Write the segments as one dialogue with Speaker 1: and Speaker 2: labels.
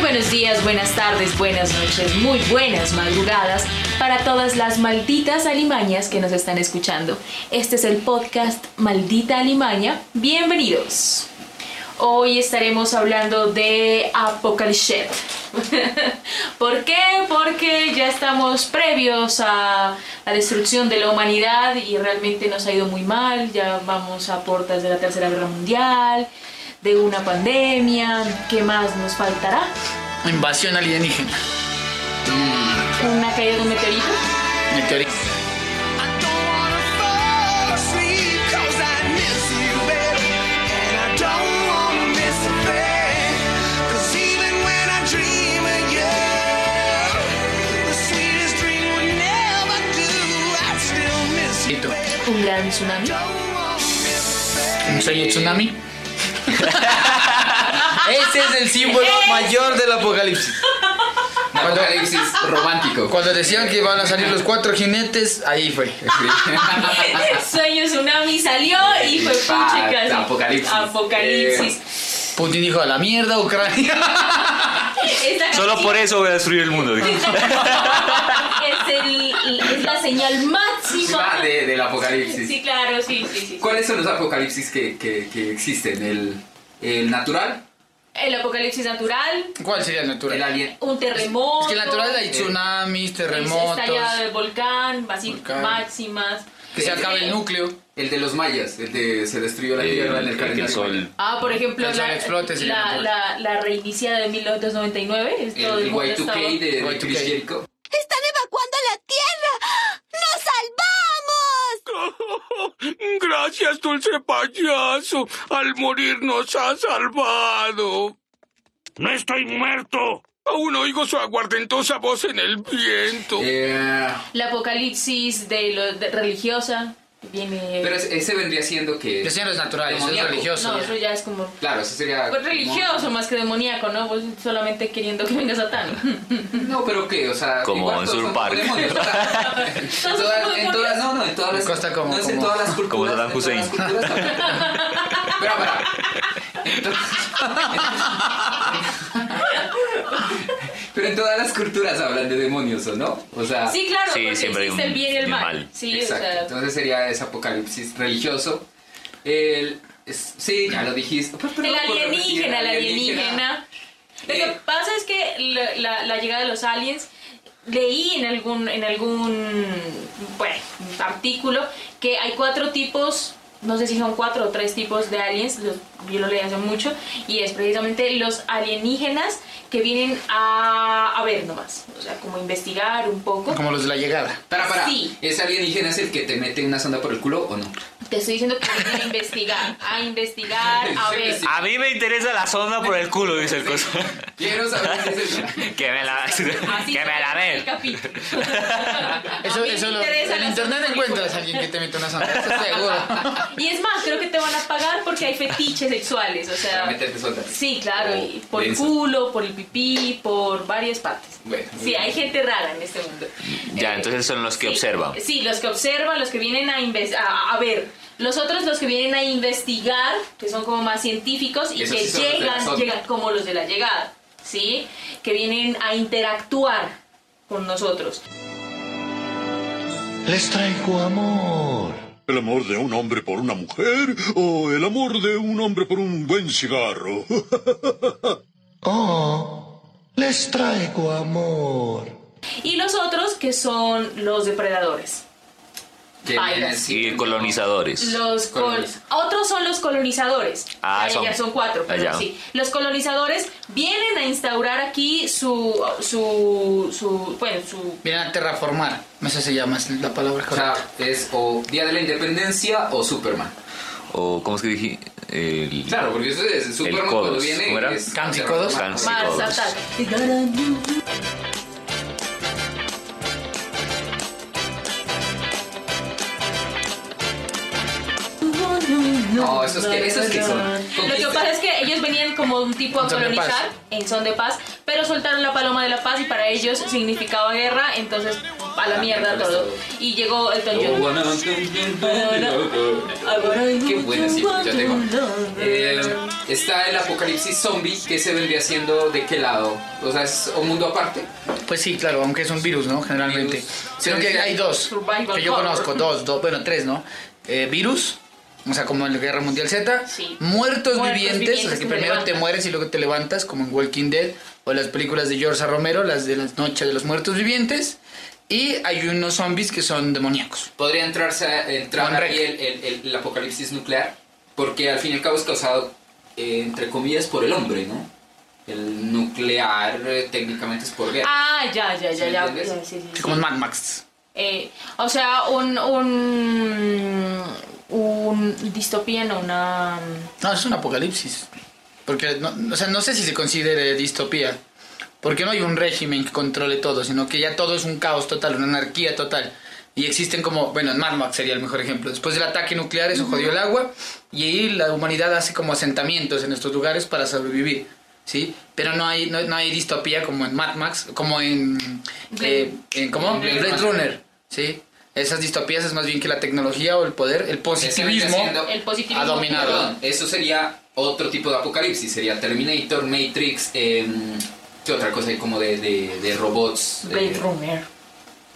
Speaker 1: buenos días, buenas tardes, buenas noches, muy buenas madrugadas para todas las malditas alimañas que nos están escuchando. Este es el podcast Maldita Alimaña. Bienvenidos. Hoy estaremos hablando de Apocalypse. ¿Por qué? Porque ya estamos previos a la destrucción de la humanidad y realmente nos ha ido muy mal. Ya vamos a puertas de la Tercera Guerra Mundial, de una pandemia. ¿Qué más nos faltará?
Speaker 2: Invasión alienígena.
Speaker 1: ¿Una caída de un meteorito?
Speaker 2: Meteorito.
Speaker 1: ¿Un gran tsunami?
Speaker 2: Un sueño tsunami.
Speaker 3: Ese es el símbolo mayor del apocalipsis.
Speaker 4: Apocalipsis romántico.
Speaker 3: Cuando decían que iban a salir los cuatro jinetes, ahí fue.
Speaker 1: Sueño tsunami salió y fue pucha
Speaker 4: Ah,
Speaker 1: casi.
Speaker 4: apocalipsis. Eh.
Speaker 1: Apocalipsis.
Speaker 3: Putin dijo a la mierda Ucrania.
Speaker 1: Esta
Speaker 5: Solo
Speaker 1: canción-
Speaker 5: por eso voy a destruir el mundo. dijo.
Speaker 1: es, el- es la señal máxima.
Speaker 4: Ah, de- del apocalipsis.
Speaker 1: Sí, claro, sí, sí, sí.
Speaker 4: ¿Cuáles son los apocalipsis que, que- que existen? ¿El, el natural?
Speaker 1: El apocalipsis natural,
Speaker 3: ¿Cuál sería el
Speaker 4: ¿El
Speaker 3: natural?
Speaker 4: alien?
Speaker 1: un terremoto.
Speaker 3: Es que el natural hay tsunamis,
Speaker 1: Estallado
Speaker 3: terremotos,
Speaker 1: del volcán, así
Speaker 3: Volcán.
Speaker 1: máximas. Eh,
Speaker 3: que se acabe el núcleo.
Speaker 4: El de los mayas, el de se destruyó la tierra en el
Speaker 5: que el
Speaker 4: calendario.
Speaker 5: sol.
Speaker 1: Ah, por ejemplo,
Speaker 3: El sol
Speaker 1: la,
Speaker 3: explote, sería
Speaker 1: la,
Speaker 3: natural.
Speaker 1: la, la reinicia de 1999. es
Speaker 4: El,
Speaker 1: todo el
Speaker 4: el
Speaker 1: mundo estaba-
Speaker 4: Y2K de, de
Speaker 3: Y2K.
Speaker 4: Chris Jericho.
Speaker 6: ¡Están evacuando la Tierra! ¡Nos salvamos!
Speaker 7: Gracias, dulce payaso. Al morir nos ha salvado.
Speaker 5: No estoy muerto.
Speaker 7: Aún oigo su aguardentosa voz en el viento.
Speaker 4: Eh,
Speaker 1: El apocalipsis de lo de- religiosa viene.
Speaker 4: pero ese ese vendría siendo que...
Speaker 3: Que sean los naturales, eso es
Speaker 4: Demoníaco.
Speaker 3: religioso.
Speaker 1: no, eso ya es como
Speaker 4: Claro, eso sería...
Speaker 1: pues, religioso más que demoníaco, ¿no? Pues solamente queriendo que venga Satán.
Speaker 4: No, pero que, o sea...
Speaker 5: Como
Speaker 4: igual
Speaker 5: en
Speaker 4: todos
Speaker 5: South
Speaker 4: son
Speaker 5: Park.
Speaker 4: demonios, o sea, en todas, en todas- no, no, en todas las...
Speaker 3: Costa como-
Speaker 4: no es en
Speaker 3: como-
Speaker 4: todas las culturas.
Speaker 5: como Saddam
Speaker 4: en todas las
Speaker 5: Hussein.
Speaker 4: culturas, tampoco. Espera, espera. Entonces- pero en todas las culturas hablan de demonios, ¿o no? O sea...
Speaker 1: Sí, claro,
Speaker 5: Sí,
Speaker 1: porque
Speaker 5: siempre hay
Speaker 1: existe
Speaker 5: un-
Speaker 1: el bien y el
Speaker 5: el
Speaker 1: mal.
Speaker 5: mal.
Speaker 1: Sí,
Speaker 4: Exacto.
Speaker 1: o sea,
Speaker 4: Entonces sería ese apocalipsis religioso. El, es- sí, ya lo dijiste. Pero- pero-
Speaker 1: el
Speaker 4: pero-
Speaker 1: alienígena, el alienígena. Lo que
Speaker 4: Eh.
Speaker 1: pasa es que la, la- la llegada de los aliens, leí en algún, en algún bueno, artículo que hay cuatro tipos, no sé si son cuatro o tres tipos de aliens, los- yo lo leí hace mucho, y es precisamente los alienígenas que vienen a, a ver nomás, o sea, como investigar un
Speaker 2: Uh.
Speaker 1: poco.
Speaker 3: Como los de la llegada.
Speaker 4: Para, para.
Speaker 1: Sí.
Speaker 4: ¿Ese alienígena es el que te mete una sonda por el culo o no?
Speaker 1: Te estoy diciendo que vienen a investigar, a investigar, a
Speaker 4: Sí,
Speaker 1: ver.
Speaker 4: sí.
Speaker 5: A mí me interesa la sonda por el culo, dice el coso.
Speaker 4: Quiero saber si es el.
Speaker 5: Que me la,
Speaker 1: Así
Speaker 5: que me la
Speaker 1: termina el
Speaker 5: den.
Speaker 1: capítulo. A
Speaker 3: Eso,
Speaker 1: mí me
Speaker 3: eso lo,
Speaker 1: interesa
Speaker 3: en
Speaker 1: la
Speaker 3: internet
Speaker 1: zona
Speaker 3: encuentras a
Speaker 1: agrícola.
Speaker 3: alguien que te mete una sonda, eso seguro.
Speaker 1: Y es más, creo que te van a pagar porque hay fetiches sexuales, o
Speaker 4: Para
Speaker 1: sea...
Speaker 4: meterte sonda.
Speaker 1: Sí, claro, y
Speaker 4: Oh,
Speaker 1: por el
Speaker 4: denso.
Speaker 1: culo, por el pipí, por varias partes.
Speaker 4: Bueno, muy
Speaker 1: sí,
Speaker 4: bien.
Speaker 1: hay gente rara en este mundo.
Speaker 5: Ya,
Speaker 1: Eh,
Speaker 5: entonces son los que
Speaker 1: sí,
Speaker 5: observan.
Speaker 1: Sí, los que observan, los que vienen a, inves- a, a ver. Los otros, los que vienen a investigar, que son como más científicos y
Speaker 4: Esos
Speaker 1: que
Speaker 4: sí son los de la
Speaker 1: llegan,
Speaker 4: zona.
Speaker 1: llegan como los de la llegada, ¿sí? Que vienen a interactuar con nosotros.
Speaker 8: Les traigo amor.
Speaker 9: ¿El amor de un hombre por una mujer o el amor de un hombre por un buen cigarro?
Speaker 8: Oh, les traigo amor.
Speaker 1: Y los otros, que son los depredadores.
Speaker 4: Que
Speaker 1: Vaya.
Speaker 4: viene así.
Speaker 5: Y colonizadores.
Speaker 1: Los col-
Speaker 4: Coloniza-
Speaker 1: otros son los colonizadores.
Speaker 5: Ah,
Speaker 1: ya,
Speaker 5: son-
Speaker 1: ya son cuatro, pero
Speaker 5: Ah, ya.
Speaker 1: sí. Los colonizadores vienen a instaurar aquí su su su bueno, su
Speaker 3: Vienen a terraformar, no sé si llamas la palabra
Speaker 4: O
Speaker 3: correcta.
Speaker 4: sea, es o Día de la Independencia o Superman.
Speaker 5: O, ¿cómo es que dije? El-
Speaker 4: Claro, porque eso es Superman cuando
Speaker 5: Codos.
Speaker 4: viene.
Speaker 5: ¿Cómo era?
Speaker 4: es-
Speaker 3: ¿Camps y Codos?
Speaker 5: Camps y
Speaker 1: Mars
Speaker 5: todos.
Speaker 1: Attack.
Speaker 4: No, esos que, esos que son.
Speaker 1: Lo que pasa es que ellos venían como un tipo a
Speaker 3: En son de
Speaker 1: colonizar
Speaker 3: paz.
Speaker 1: en son de paz, pero soltaron la paloma de la paz y para ellos significaba guerra, entonces a la mierda todo. Y llegó Elton John.
Speaker 4: Qué buena sí, ya tengo. Eh, está el apocalipsis zombie que se vendría siendo de qué lado. O sea, es un mundo aparte.
Speaker 3: Pues sí, claro, aunque es un virus, ¿no? Generalmente.
Speaker 4: Virus.
Speaker 3: Sino que hay dos,
Speaker 1: Survival
Speaker 3: que yo
Speaker 1: horror.
Speaker 3: conozco, dos, dos, bueno, tres, ¿no? Eh, virus, o sea, como en la Guerra Mundial Z,
Speaker 1: Sí.
Speaker 3: muertos,
Speaker 1: Muertos
Speaker 3: vivientes,
Speaker 1: vivientes
Speaker 3: o sea, que,
Speaker 1: que te
Speaker 3: primero te
Speaker 1: levantas.
Speaker 3: mueres y luego te levantas, como en Walking Dead, o las películas de George A. Romero, las de las noches de los muertos vivientes, y hay unos zombies que son demoníacos.
Speaker 4: Podría entrarse, a- entrar
Speaker 3: Hombre.
Speaker 4: ahí el, el- el- el apocalipsis nuclear, porque al fin y al cabo es causado, eh, entre comillas, por el hombre, ¿no? El nuclear eh, técnicamente es por guerra.
Speaker 1: Ah, ya, ya, ya,
Speaker 4: ¿Sí
Speaker 1: ya.
Speaker 4: entiendes?
Speaker 1: ya, sí, sí,
Speaker 3: que
Speaker 1: sí.
Speaker 3: Como en Mad Max.
Speaker 1: Eh, o sea, un, un, un distopía, no, una...
Speaker 3: No, es un apocalipsis. Porque, no, o sea, no sé si se considere distopía. Porque no hay un régimen que controle todo, sino que ya todo es un caos total, una anarquía total. Y existen como, bueno, en Mad Max sería el mejor ejemplo. Después del ataque nuclear, eso jodió el agua. Y ahí la humanidad hace como asentamientos en estos lugares para sobrevivir. ¿Sí? Pero no hay, no, no hay distopía como en Mad Max, como en. eh, en ¿Cómo?
Speaker 4: Blade
Speaker 3: Blade
Speaker 4: Runner.
Speaker 3: Runner. ¿Sí? Esas distopías es más bien que la tecnología o el poder, el positivismo.
Speaker 4: siendo-
Speaker 1: El positivismo.
Speaker 3: Ha dominado.
Speaker 4: Perdón, eso sería otro tipo de apocalipsis. Sería Terminator, Matrix, em, ¿qué otra cosa hay como de, de- de robots?
Speaker 1: Blade
Speaker 4: Eh,
Speaker 1: Runner.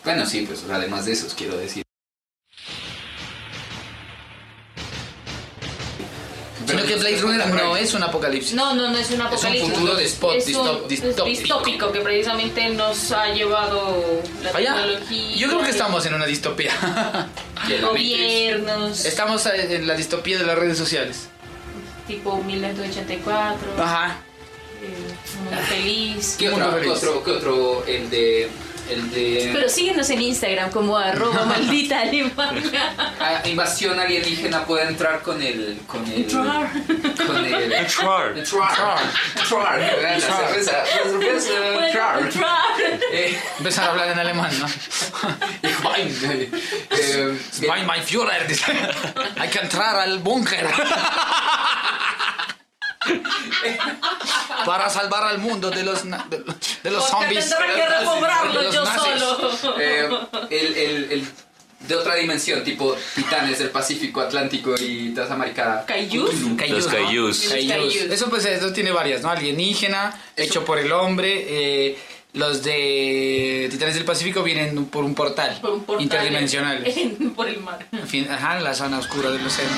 Speaker 4: Bueno, sí, pues además de esos, quiero decir.
Speaker 3: Sino que Blade Runner no es un apocalipsis.
Speaker 1: No, no, no es un apocalipsis.
Speaker 3: futuro despot-
Speaker 1: Es un-
Speaker 3: distop- distópico.
Speaker 1: distópico que precisamente nos ha llevado la
Speaker 3: Allá.
Speaker 1: tecnología.
Speaker 3: Yo creo que estamos en una distopía.
Speaker 4: Y en la Matrix,
Speaker 1: Gobiernos,
Speaker 3: estamos en la distopía de las redes sociales.
Speaker 1: tipo 1984,
Speaker 3: Ajá.
Speaker 1: eh, un mundo feliz.
Speaker 4: ¿Qué
Speaker 3: Mundo
Speaker 4: otro? ¿Qué
Speaker 3: feliz.
Speaker 4: otro? ¿Qué otro? El de. El de.
Speaker 1: Pero síguenos en Instagram como arroba maldita alemana.
Speaker 4: Ah, invasión alienígena puede entrar con el. Con el.
Speaker 1: Entrar.
Speaker 4: Con el.
Speaker 5: Entrar.
Speaker 4: Entrar. Entrar. ¿verdad? La cerveza. La cerveza.
Speaker 1: Bueno,
Speaker 4: Entrar.
Speaker 1: entrar.
Speaker 4: Eh,
Speaker 3: Empezar a hablar en alemán, ¿no?
Speaker 4: Wein, eh, eh,
Speaker 3: Mein, mein Führer. dice. Hay que entrar al búnker. Para salvar al mundo de los, na- de, de los
Speaker 1: Porque
Speaker 3: zombies.
Speaker 1: tendré que
Speaker 3: De
Speaker 1: recobrarlo
Speaker 3: los
Speaker 1: yo
Speaker 3: nazis.
Speaker 1: solo.
Speaker 4: eh, el, el, el de otra dimensión, tipo titanes del Pacífico, Atlántico y toda esa maricada.
Speaker 1: ¿Cayús?
Speaker 5: Los
Speaker 3: ¿no?
Speaker 5: cayús.
Speaker 1: Los
Speaker 3: Cayús.
Speaker 1: cayús.
Speaker 3: Eso pues eso tiene varias, ¿no? Alienígena, hecho por el hombre, eh, los de Titanes del Pacífico vienen por un portal,
Speaker 1: Por un portal.
Speaker 3: interdimensional.
Speaker 1: En- por el mar.
Speaker 3: En fin, ajá, en la zona oscura del océano.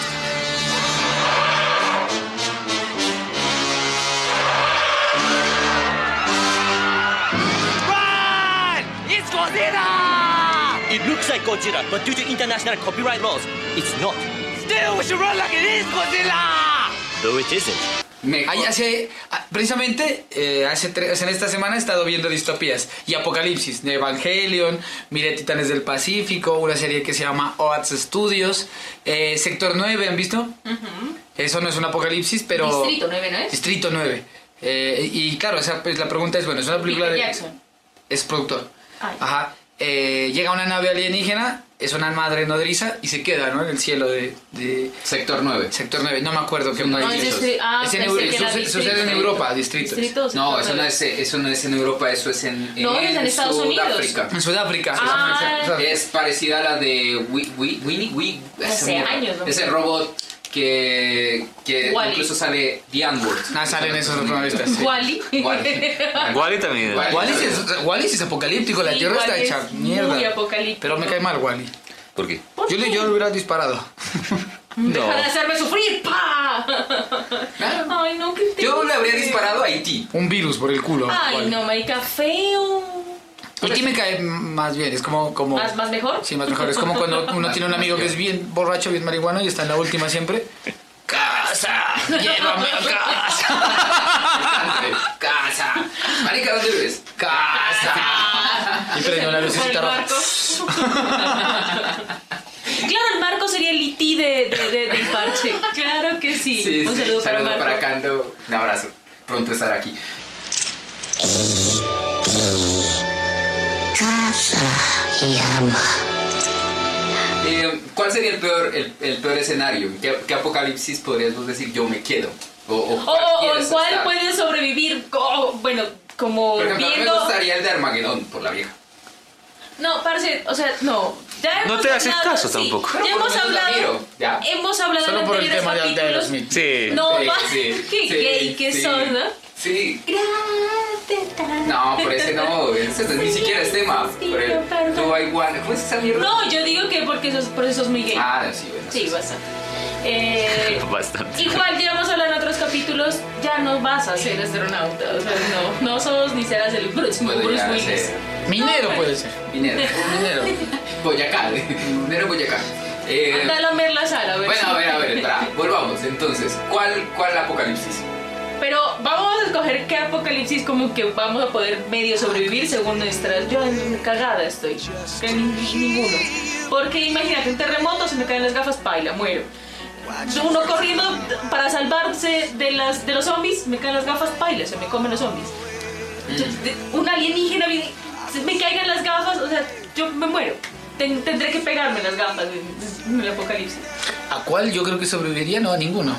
Speaker 10: It looks like Godzilla, but due to international copyright laws, it's not. Still, we should run like it is Godzilla! Though it isn't.
Speaker 4: Mejor-
Speaker 3: Ahí hace, ah, precisamente, eh, hace tres, en esta semana he estado viendo distopías y apocalipsis de Evangelion, Mire Titanes del Pacífico, una serie que se llama OATS Studios, eh, Sector 9, ¿han visto? Eso no es un apocalipsis, pero...
Speaker 1: Distrito 9, ¿no es?
Speaker 3: Distrito 9. Eh, y claro, o sea, pues la pregunta es, bueno, es una película
Speaker 1: Peter
Speaker 3: de...
Speaker 1: Jackson.
Speaker 3: Es productor.
Speaker 1: Ay.
Speaker 3: Ajá. Eh, llega una nave alienígena, es una madre nodriza y se queda, ¿no? En el cielo de... de
Speaker 4: Sector 9.
Speaker 3: Sector 9, no me acuerdo qué
Speaker 4: No,
Speaker 3: país
Speaker 1: es
Speaker 3: es.
Speaker 1: distri- ah,
Speaker 3: Es en
Speaker 1: pensé
Speaker 3: Euro-
Speaker 1: que era
Speaker 3: suce-
Speaker 1: distrito.
Speaker 3: sucede en Europa, distritos.
Speaker 1: Distrito, sector
Speaker 4: No, eso no,
Speaker 1: nueve.
Speaker 4: es, eh, eso no es en Europa, eso es en,
Speaker 1: No, es en Estados Unidos.
Speaker 4: Sudáfrica.
Speaker 3: En Sudáfrica.
Speaker 1: Ah.
Speaker 3: Sudáfrica.
Speaker 4: Es parecida a la de Wi- Wi- Winnie Wi-
Speaker 1: Hace
Speaker 4: mierda.
Speaker 1: años, ¿no?
Speaker 4: Ese robot que, que
Speaker 1: Wall-E.
Speaker 4: incluso sale The Antwoord.
Speaker 3: Ah, salen esos protagonistas. sí.
Speaker 1: Wally.
Speaker 4: Wall-E.
Speaker 5: Wally también.
Speaker 4: Wall-E.
Speaker 3: Wally sí es, Wally sí es apocalíptico, la
Speaker 1: Sí,
Speaker 3: Tierra está
Speaker 1: Wall-E
Speaker 3: hecha
Speaker 1: es
Speaker 3: mierda.
Speaker 1: muy apocalíptico.
Speaker 3: Pero me cae mal Wally.
Speaker 5: ¿Por qué?
Speaker 1: ¿Por
Speaker 3: Yo le,
Speaker 1: qué?
Speaker 3: yo le hubiera disparado.
Speaker 5: No.
Speaker 1: Deja de hacerme sufrir, pa. Ay, no, qué
Speaker 4: Yo
Speaker 1: triste.
Speaker 4: le habría disparado a Haití.
Speaker 3: Un virus por el culo.
Speaker 1: Ay,
Speaker 3: Wall-E.
Speaker 1: no, marica, feo.
Speaker 3: Y aquí me cae más bien, es como... como
Speaker 1: Pues ¿Más, más mejor?
Speaker 3: Sí, más mejor. Es como cuando uno tiene un amigo que es bien borracho, bien marihuano y está en la última siempre. ¡Casa! ¡Llévame a casa!
Speaker 4: Casa. Marica, ¿dónde vives? Casa.
Speaker 3: Y prendió la lucecita
Speaker 1: el
Speaker 3: roja.
Speaker 1: barco. claro, el marco sería el IT de, de, de- del parche. Claro que sí.
Speaker 4: Sí,
Speaker 1: Un
Speaker 4: sí.
Speaker 1: saludo para Marco.
Speaker 4: para Cando. Un abrazo. Pronto estará aquí.
Speaker 6: Casa y ama.
Speaker 4: Eh, ¿Cuál sería el peor, el, el peor escenario? ¿Qué, qué apocalipsis podríamos decir yo me quedo? O, o
Speaker 1: O, o
Speaker 4: quieres
Speaker 1: en cuál
Speaker 4: estar?
Speaker 1: puede sobrevivir, co- bueno, como
Speaker 4: Por ejemplo, a mí me
Speaker 1: viendo...
Speaker 4: gustaría el de Armagedón por la vieja.
Speaker 1: No, parce, o sea, no. Ya
Speaker 5: No
Speaker 1: hemos
Speaker 5: te haces
Speaker 1: hablado-
Speaker 5: caso
Speaker 1: sí,
Speaker 5: tampoco.
Speaker 1: Ya
Speaker 4: Pero por
Speaker 1: hemos
Speaker 4: lo menos la
Speaker 1: hablado.
Speaker 4: miro, ya.
Speaker 1: Hemos hablado
Speaker 3: Solo
Speaker 1: en
Speaker 3: por el
Speaker 1: anteriores
Speaker 3: tema de de
Speaker 1: capítulos.
Speaker 3: Aerosmith.
Speaker 5: Sí.
Speaker 1: No,
Speaker 4: Sí,
Speaker 1: va.
Speaker 4: sí,
Speaker 1: Qué
Speaker 4: sí,
Speaker 1: gay que
Speaker 4: sí.
Speaker 1: son, ¿no?
Speaker 4: Sí.
Speaker 1: Grande tal.
Speaker 4: No, por ese no, ese ni siquiera es tema. Por el Do I Want. ¿Cómo es esa mierda?
Speaker 1: No, yo digo que porque eso es, por eso es muy gay.
Speaker 4: Ah, sí, bueno.
Speaker 1: Sí, bastante. Eh,
Speaker 5: Bastante.
Speaker 1: igual ya hemos hablado en otros capítulos, ya no vas a ser astronauta, o sea, no, no sos ni serás el Bruce,
Speaker 4: Bueno,
Speaker 1: Bruce
Speaker 4: ya
Speaker 1: Willis.
Speaker 4: sé.
Speaker 3: Minero puede ser.
Speaker 4: Minero.
Speaker 3: Minero.
Speaker 4: Boyacá. Minero Boyacá. Eh,
Speaker 1: Anda a lamer la sala, a ver
Speaker 4: bueno,
Speaker 1: si-
Speaker 4: a ver, a ver, para, volvamos. Entonces, ¿cuál, cuál apocalipsis?
Speaker 1: Pero vamos a escoger qué apocalipsis como que vamos a poder medio sobrevivir según nuestras... Yo en cagada estoy. Que ni- ninguno. Porque imagínate, un terremoto, se me caen las gafas, paila, muero. Uno corriendo para salvarse de, las, de los zombies, me caen las gafas, paila, se me comen los zombies. Yo- de- un alienígena, viene, se me caigan las gafas, o sea, yo me muero. Ten- tendré que pegarme las gafas en, en el apocalipsis.
Speaker 3: ¿A cuál yo creo que sobreviviría? No, a ninguno.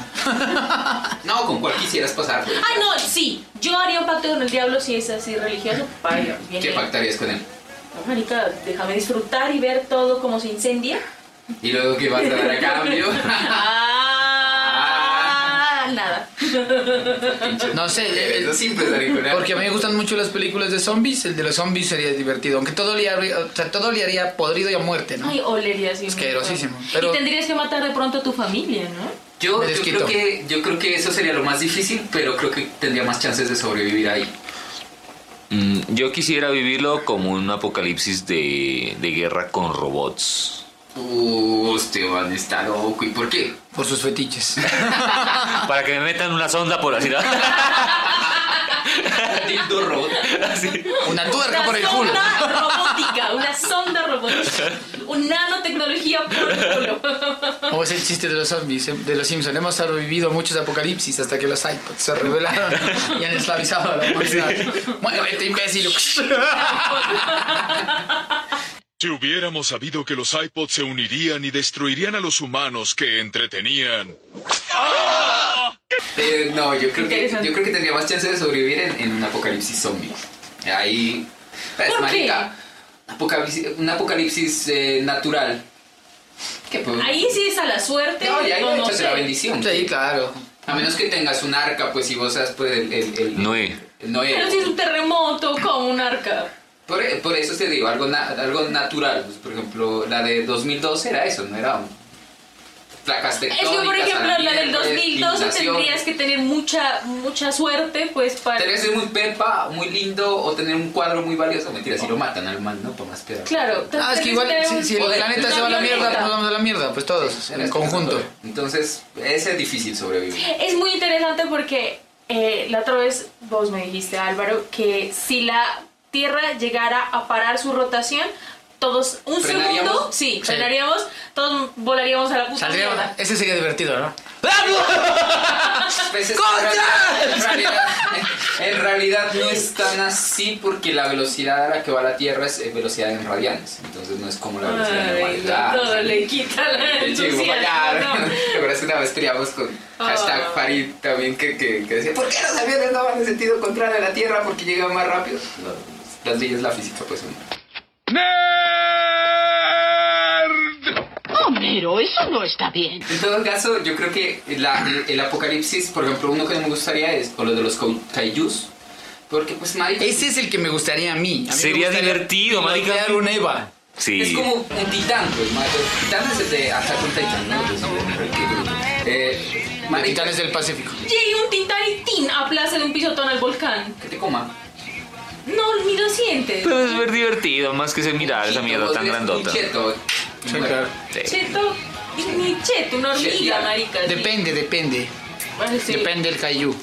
Speaker 4: No, ¿con cuál quisieras pasar? pues. güey?
Speaker 1: Ah, no, sí. Yo haría un pacto con el diablo si es así religioso. Paila, bien
Speaker 4: ¿Qué
Speaker 1: hecho.
Speaker 4: pactarías con él?
Speaker 1: No, marica, déjame disfrutar y ver todo como se incendia.
Speaker 4: Y luego, ¿qué vas a dar a cambio?
Speaker 1: Ah, nada.
Speaker 3: No sé, eh,
Speaker 4: Eso siempre sale con él.
Speaker 3: Porque a mí me gustan mucho las películas de zombies. El de los zombies sería divertido. Aunque todo le haría, o sea, todo le haría podrido y a muerte, ¿no?
Speaker 1: Ay, olería así.
Speaker 3: Asquerosísimo,
Speaker 1: muy feo.
Speaker 3: pero-
Speaker 1: Y tendrías que matar de pronto a tu familia, ¿no?
Speaker 4: Yo,
Speaker 3: Me
Speaker 4: yo
Speaker 3: desquito.
Speaker 4: creo que, yo creo que eso sería lo más difícil, pero creo que tendría más chances de sobrevivir ahí.
Speaker 5: Mm, Yo quisiera vivirlo como un apocalipsis de, de guerra con robots.
Speaker 4: Uh, Esteban está loco. ¿Y por qué?
Speaker 3: Por sus fetiches.
Speaker 5: Para que me metan una sonda por así. ¿no?
Speaker 4: Tildo robot.
Speaker 5: Así.
Speaker 3: Una tuerca por el culo.
Speaker 1: sonda robótica, una sonda robótica. Una nanotecnología por el culo.
Speaker 3: O es el chiste de los zombies, eh, de los Simpsons. Hemos sobrevivido muchos apocalipsis hasta que los iPods se revelaron y han esclavizado a la humanidad. Muévete, imbécil.
Speaker 9: Si hubiéramos sabido que los iPods se unirían y destruirían a los humanos que entretenían.
Speaker 4: Eh, no, yo creo, que,
Speaker 1: Interesante.
Speaker 4: yo creo que tendría más chances de sobrevivir en, en un apocalipsis zombie. Ahí. Pues,
Speaker 1: ¿Por qué?
Speaker 4: marica, apocalipsis- un apocalipsis eh, natural. ¿Qué puedo?
Speaker 1: Ahí sí está la suerte.
Speaker 4: no, y ahí
Speaker 1: o
Speaker 4: le
Speaker 1: no
Speaker 4: echas
Speaker 1: sé.
Speaker 4: la bendición.
Speaker 3: Sí, claro.
Speaker 4: A menos que tengas un arca, pues si vos seas pues, el, el, el-
Speaker 5: Noé.
Speaker 4: el Noé.
Speaker 1: Pero si es un terremoto como un arca.
Speaker 4: Por, e, por eso te digo, algo, na- algo natural. Pues, por ejemplo, la de 2012 era eso, no era un. Placas
Speaker 1: Es que, por
Speaker 4: tectónicas,
Speaker 1: ejemplo, la
Speaker 3: eh,
Speaker 1: del
Speaker 4: mierda,
Speaker 1: 2012
Speaker 4: inundación.
Speaker 1: tendrías que tener mucha, mucha suerte, pues, para...
Speaker 4: Tener que ser muy pepa, muy lindo o tener un cuadro muy valioso. Mentira, si lo matan al mal, ¿no? Por más peor.
Speaker 1: Claro.
Speaker 3: Ah, es que igual,
Speaker 1: tener
Speaker 3: si,
Speaker 1: un-
Speaker 3: si el
Speaker 4: Joder,
Speaker 3: planeta
Speaker 1: este, una
Speaker 3: se va a la mierda,
Speaker 1: avioneta.
Speaker 3: pues vamos a la mierda. Pues todos, en conjunto.
Speaker 4: Entonces, ese es difícil sobrevivir.
Speaker 3: pues,
Speaker 1: Es muy interesante porque eh, la otra vez vos me dijiste, Álvaro, que si la Tierra llegara a parar su rotación, todos un
Speaker 4: ¿Frenaríamos?
Speaker 1: segundo, sí,
Speaker 3: Sí.
Speaker 1: frenaríamos, todos volaríamos a la puta
Speaker 3: Saldría,
Speaker 1: mierda.
Speaker 3: ese sería divertido, ¿no?
Speaker 4: Pues es- En realidad, en realidad no es tan así porque la velocidad a la que va la Tierra es eh, velocidad en radianes. Entonces no es como la velocidad en
Speaker 1: Ay,
Speaker 4: humanidad.
Speaker 1: todo le quita la
Speaker 4: Te llegó a fallar.
Speaker 1: entusiasmo, no.
Speaker 4: ¿Te acuerdas que una vez peleamos con hashtag
Speaker 1: Ah.
Speaker 4: Farid también que, que, que decía ¿Por qué los aviones no van en sentido contrario a la Tierra porque llegan más rápido? No, las leyes, la física, pues son...
Speaker 11: Homero, eso no está bien.
Speaker 4: En todo caso, yo creo que la- el apocalipsis, por ejemplo, uno que no me gustaría es o lo de los cau- kaijus. Porque, pues, marica,
Speaker 3: Ese es el que me gustaría a mí. A mí me
Speaker 5: Sería
Speaker 3: gustaría
Speaker 5: divertido, marica.
Speaker 3: pilotear un Eva.
Speaker 5: Sí.
Speaker 4: es como un titán, pues, marica. Titán es el de Attack on Titan, ¿no? Entonces, ¿qué? Eh,
Speaker 3: Los
Speaker 4: marica,
Speaker 3: Titanes del Pacífico.
Speaker 1: Llegué un titanitín a plaza de un pisotón al volcán.
Speaker 4: que te coma.
Speaker 1: No, ni lo sientes.
Speaker 5: Pero es ver divertido, más que se mirar Ah, esa
Speaker 4: Cheto,
Speaker 5: mierda
Speaker 4: vos
Speaker 5: tan
Speaker 4: ves un
Speaker 5: grandota.
Speaker 4: cheto.
Speaker 3: Sí,
Speaker 4: Bueno,
Speaker 3: claro.
Speaker 5: Sí.
Speaker 1: Cheto, ni cheto, una hormiga,
Speaker 4: Chetear.
Speaker 1: marica. sí.
Speaker 3: Depende, depende.
Speaker 1: Bueno, sí.
Speaker 3: Depende del Caillou.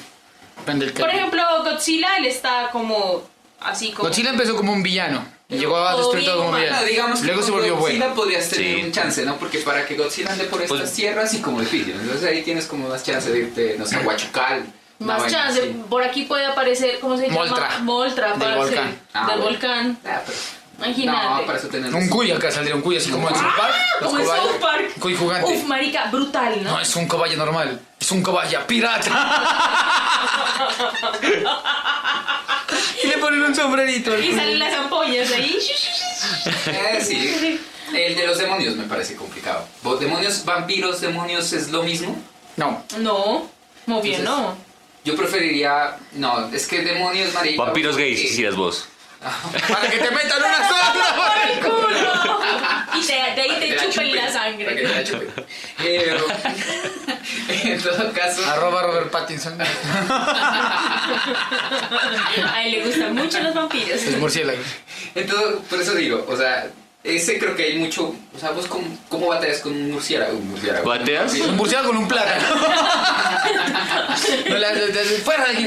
Speaker 3: Depende del
Speaker 1: Por
Speaker 3: Caillou.
Speaker 1: ejemplo, Godzilla, él está como así como.
Speaker 3: Godzilla empezó como un villano. Y llegó a
Speaker 1: Todo
Speaker 3: destruir todo
Speaker 1: bien
Speaker 3: como
Speaker 1: humano,
Speaker 3: un villano.
Speaker 4: Bueno, digamos que
Speaker 3: Luego se
Speaker 4: con
Speaker 3: volvió
Speaker 4: Godzilla
Speaker 3: bueno.
Speaker 4: podrías tener
Speaker 5: Sí.
Speaker 4: un chance, ¿no? Porque para que Godzilla ande por estas tierras y como difícil. Entonces ahí tienes como más chance de irte, no sé, a Huachucal. una
Speaker 1: Más
Speaker 4: vaina
Speaker 1: chance,
Speaker 4: así.
Speaker 1: por aquí puede aparecer, ¿cómo se llama?
Speaker 3: Moltra.
Speaker 1: Moltra,
Speaker 3: Del
Speaker 1: parce,
Speaker 3: volcán.
Speaker 4: Ah,
Speaker 1: del
Speaker 4: bueno.
Speaker 1: volcán.
Speaker 4: Ah, pero-
Speaker 1: Imagínate. Ah,
Speaker 4: No, para eso tenemos.
Speaker 3: Un cuy acá saldría un cuy así como en South Park. los
Speaker 1: pues, Como en
Speaker 3: cobayas.
Speaker 1: South Park.
Speaker 3: Cuy gigante.
Speaker 1: Uf, marica, brutal, ¿no?
Speaker 3: No es un caballo normal, es un caballo pirata. Y le ponen un sombrerito.
Speaker 1: Y salen las ampollas ahí.
Speaker 4: Eh, sí. El de los demonios me parece complicado. ¿Vos ¿Demonios, vampiros, demonios es lo mismo?
Speaker 3: No.
Speaker 1: No, muy bien, no.
Speaker 4: Yo preferiría. No, es que demonios, marica.
Speaker 5: Vampiros
Speaker 4: porque-
Speaker 5: gays, quisieras vos.
Speaker 3: Para que te metan una sola.
Speaker 1: ¡Ay, ¡Ah, culo! Y te, de ahí te
Speaker 4: Para que la
Speaker 1: chupen la
Speaker 4: Para que
Speaker 1: sangre.
Speaker 4: la chupen. Eh, en todo caso.
Speaker 3: Arroba Robert Pattinson.
Speaker 1: A él le gustan mucho los vampiros.
Speaker 3: Es murciélago.
Speaker 4: Entonces, por eso digo, o sea, ese creo que hay mucho. O sea, vos, ¿cómo, cómo batallas con un murciélago? Un murciélago.
Speaker 5: ¿Bateas?
Speaker 3: Un murciélago con un plátano. No le haces- le haces, Fuera de aquí.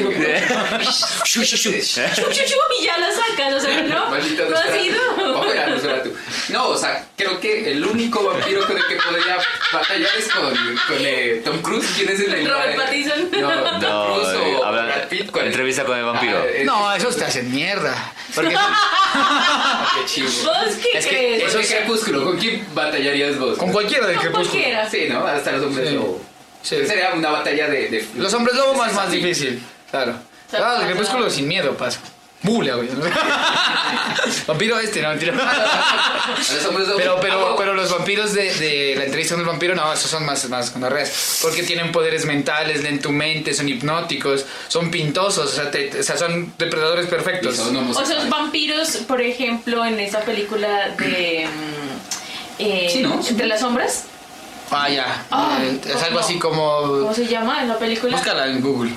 Speaker 4: Shu, shu, shu.
Speaker 1: Chup, chup, chup, y ya lo sacas, o sea, no.
Speaker 4: Maldita
Speaker 1: No ha
Speaker 4: Nosferatu. Ojalá,
Speaker 1: sido.
Speaker 4: Nosferatu. No, o sea, creo que el único vampiro con el que podría batallar es con, con eh, Tom Cruise. ¿Quién es el del
Speaker 1: Robert Pattinson.
Speaker 4: No, Tom
Speaker 5: No,
Speaker 4: Cruise
Speaker 5: eh,
Speaker 4: o
Speaker 5: habla-
Speaker 4: Brad Pitt. ¿cuál es?
Speaker 5: entrevista con el vampiro.
Speaker 4: Ah, eh,
Speaker 3: No, esos te hacen mierda. Porque
Speaker 4: ah, qué chido.
Speaker 1: ¿Vos qué
Speaker 4: Es que
Speaker 1: crees?
Speaker 4: eso es crepúsculo. ¿Con quién batallarías vos?
Speaker 3: con cualquiera de
Speaker 1: Con
Speaker 3: crepúsculo.
Speaker 1: cualquiera.
Speaker 4: Sí, ¿no? Hasta los hombres
Speaker 3: Sí.
Speaker 4: lobo.
Speaker 3: Sí.
Speaker 4: Sería una batalla de. de-
Speaker 3: Los hombres lobo más,
Speaker 4: Sí,
Speaker 3: más
Speaker 4: sí.
Speaker 3: difícil. Claro. Ah,
Speaker 1: sea,
Speaker 3: Claro, el
Speaker 1: pasa.
Speaker 3: crepúsculo sin miedo pasa. Bula, güey. Vampiro este, no, mentira.
Speaker 4: A los hombres lobo.
Speaker 3: Pero,
Speaker 4: Ah,
Speaker 3: pero,
Speaker 4: no.
Speaker 3: pero los vampiros de, de la entrevista con el vampiro, no, esos son más, más gonorreas. Porque tienen poderes mentales, leen tu mente, son hipnóticos, son pintosos, o sea, te- o sea, son depredadores
Speaker 4: Y
Speaker 3: perfectos.
Speaker 4: son
Speaker 1: O
Speaker 4: homosexuales.
Speaker 1: esos vampiros, por ejemplo, en esa película de. mm, eh,
Speaker 4: Sí, ¿no?
Speaker 1: Entre las sombras.
Speaker 3: Ah, ya.
Speaker 1: Ah,
Speaker 3: Eh, es algo
Speaker 1: no.
Speaker 3: así como.
Speaker 1: ¿Cómo se llama en la película?
Speaker 3: Búscala en Google.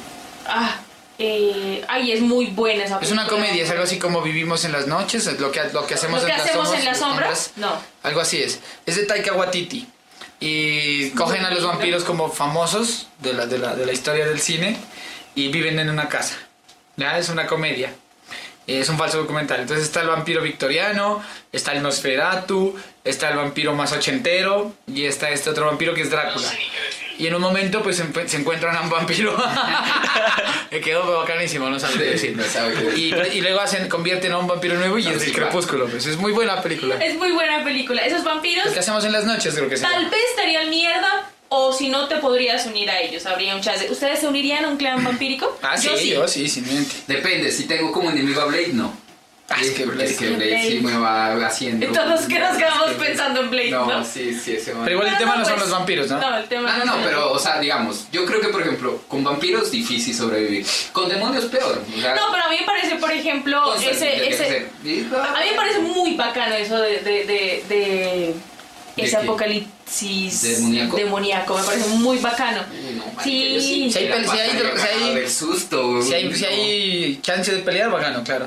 Speaker 1: Ah, eh, ay, es muy buena esa
Speaker 3: Es una
Speaker 1: película.
Speaker 3: comedia, es algo así como vivimos en las noches, es lo que, lo que hacemos,
Speaker 1: ¿Lo que
Speaker 3: en,
Speaker 1: hacemos
Speaker 3: las sombras,
Speaker 1: en las sombras? No.
Speaker 3: Algo así es. Es de Taika Waititi. Y cogen a los vampiros como famosos de la, de la, de la historia del cine y viven en una casa. ¿Ya? Es una comedia. Es un falso documental. Entonces está el vampiro victoriano, está el Nosferatu, está el vampiro más ochentero y está este otro vampiro que es Drácula. Y en un momento pues se, empe- se encuentran a un vampiro. Me quedó bacanísimo, no sabía
Speaker 4: Sí,
Speaker 3: decir.
Speaker 4: no sabe qué
Speaker 3: y, y luego hacen, convierten a un vampiro nuevo y
Speaker 4: Ah,
Speaker 3: es
Speaker 4: sí,
Speaker 3: el
Speaker 4: claro.
Speaker 3: crepúsculo. Pues es muy buena película.
Speaker 1: Es muy buena película. Esos vampiros
Speaker 3: Lo que hacemos en las noches creo que sí.
Speaker 1: tal vez estarían mierda o si no te podrías unir a ellos. Habría un chance. ¿Ustedes se unirían a un clan vampírico?
Speaker 3: Ah, sí,
Speaker 1: yo sí.
Speaker 3: yo sí, sin mente.
Speaker 4: Depende, si tengo como enemigo a Blade, no.
Speaker 3: Ah,
Speaker 4: es que Blade, es que Blade
Speaker 1: Blade.
Speaker 4: sí me va haciendo.
Speaker 1: Entonces, ¿qué nos quedamos pensando en Blade, no?
Speaker 4: No, sí, sí, ese man.
Speaker 3: Pero igual el
Speaker 1: Pero
Speaker 3: tema no, son
Speaker 1: pues,
Speaker 3: los vampiros, ¿no?
Speaker 1: No, el tema
Speaker 4: Ah, no, no, pero, o sea, digamos, yo creo que, por ejemplo, con vampiros difícil sobrevivir. Con demonios peor. O sea,
Speaker 1: No, pero a mí me parece, por ejemplo,
Speaker 4: Constantine
Speaker 1: ese,
Speaker 4: tiene que
Speaker 1: ese,
Speaker 4: ser. Y- ah,
Speaker 1: A mí me parece muy bacano eso de, de, de, de
Speaker 4: ¿De
Speaker 1: ese
Speaker 4: qué?
Speaker 1: apocalipsis
Speaker 4: ¿Demoníaco?
Speaker 1: demoníaco, Me parece muy bacano.
Speaker 4: Uy, no, marica, yo
Speaker 1: sí.
Speaker 4: sí.
Speaker 3: Si hay
Speaker 4: la
Speaker 3: pel- si hay-
Speaker 4: pasaría
Speaker 3: si hay-
Speaker 4: cagado del susto, güey.
Speaker 3: Si hay, si hay chance de pelear, bacano, claro.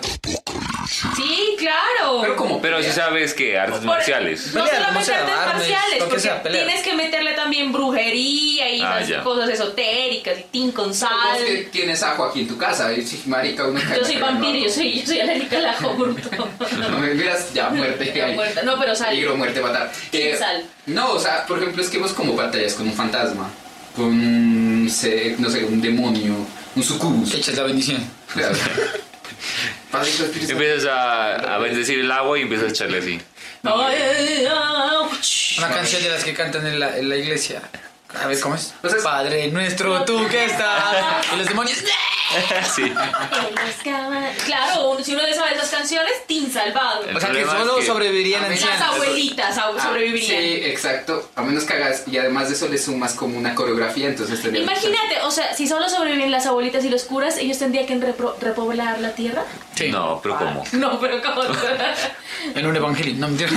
Speaker 1: Sí, claro.
Speaker 4: Pero como.
Speaker 5: Pero si
Speaker 4: pelea.
Speaker 5: sabes que artes
Speaker 1: Por-
Speaker 5: marciales.
Speaker 1: No
Speaker 3: Pelea, como
Speaker 1: solamente
Speaker 3: sea,
Speaker 1: artes
Speaker 3: armas,
Speaker 1: marciales,
Speaker 3: lo que
Speaker 1: porque
Speaker 3: sea, pelea.
Speaker 1: tienes que meterle también brujería y
Speaker 5: Ah,
Speaker 1: esas
Speaker 5: ya.
Speaker 1: cosas esotéricas y tin con
Speaker 4: Vos
Speaker 1: sal.
Speaker 4: que tienes ajo aquí en tu casa, y si marica, uno cae
Speaker 1: Yo soy
Speaker 4: en la cara,
Speaker 1: vampiro,
Speaker 4: ¿no?
Speaker 1: yo soy, yo soy alérgica al ajo bruto.
Speaker 4: No me miras, ya, muerte.
Speaker 1: Ya,
Speaker 4: ahí.
Speaker 1: muerte. No, pero sal.
Speaker 4: Peligro, muerte, matar.
Speaker 1: Sin sal.
Speaker 4: No, o sea, por ejemplo, es que vos como batallas con un fantasma, con un, se- no sé, un demonio, un sucubus.
Speaker 3: Echas la bendición.
Speaker 4: Claro. Padrito Espíritu Santo.
Speaker 5: Empiezas a, a bendecir el agua y empiezas a echarle así.
Speaker 1: Ay, ay, ay.
Speaker 3: Una canción de las que cantan en la, en la iglesia. A ver, ¿cómo es?
Speaker 5: Pues
Speaker 4: Entonces-
Speaker 3: Padre nuestro, tú que estás. Y los demonios. ¡ah!
Speaker 5: Sí.
Speaker 1: Claro, uno- si uno de sabe esas canciones, tin salvado.
Speaker 5: El
Speaker 3: O sea, que
Speaker 5: problema es
Speaker 3: solo
Speaker 5: que-
Speaker 3: sobrevivirían
Speaker 4: A mí-
Speaker 1: Las
Speaker 3: ancianos.
Speaker 1: abuelitas au-
Speaker 4: Ah,
Speaker 1: sobrevivirían.
Speaker 4: Sí, exacto. A menos que hagas, y además de eso le sumas como una coreografía, entonces tendría
Speaker 1: Imagínate, o sea, si solo sobreviven las abuelitas y los curas, ellos tendrían que repro- repoblar la tierra.
Speaker 3: Sí.
Speaker 5: No, pero ¿cómo?
Speaker 1: No, pero ¿cómo?
Speaker 3: En un evangelio. No, mentira.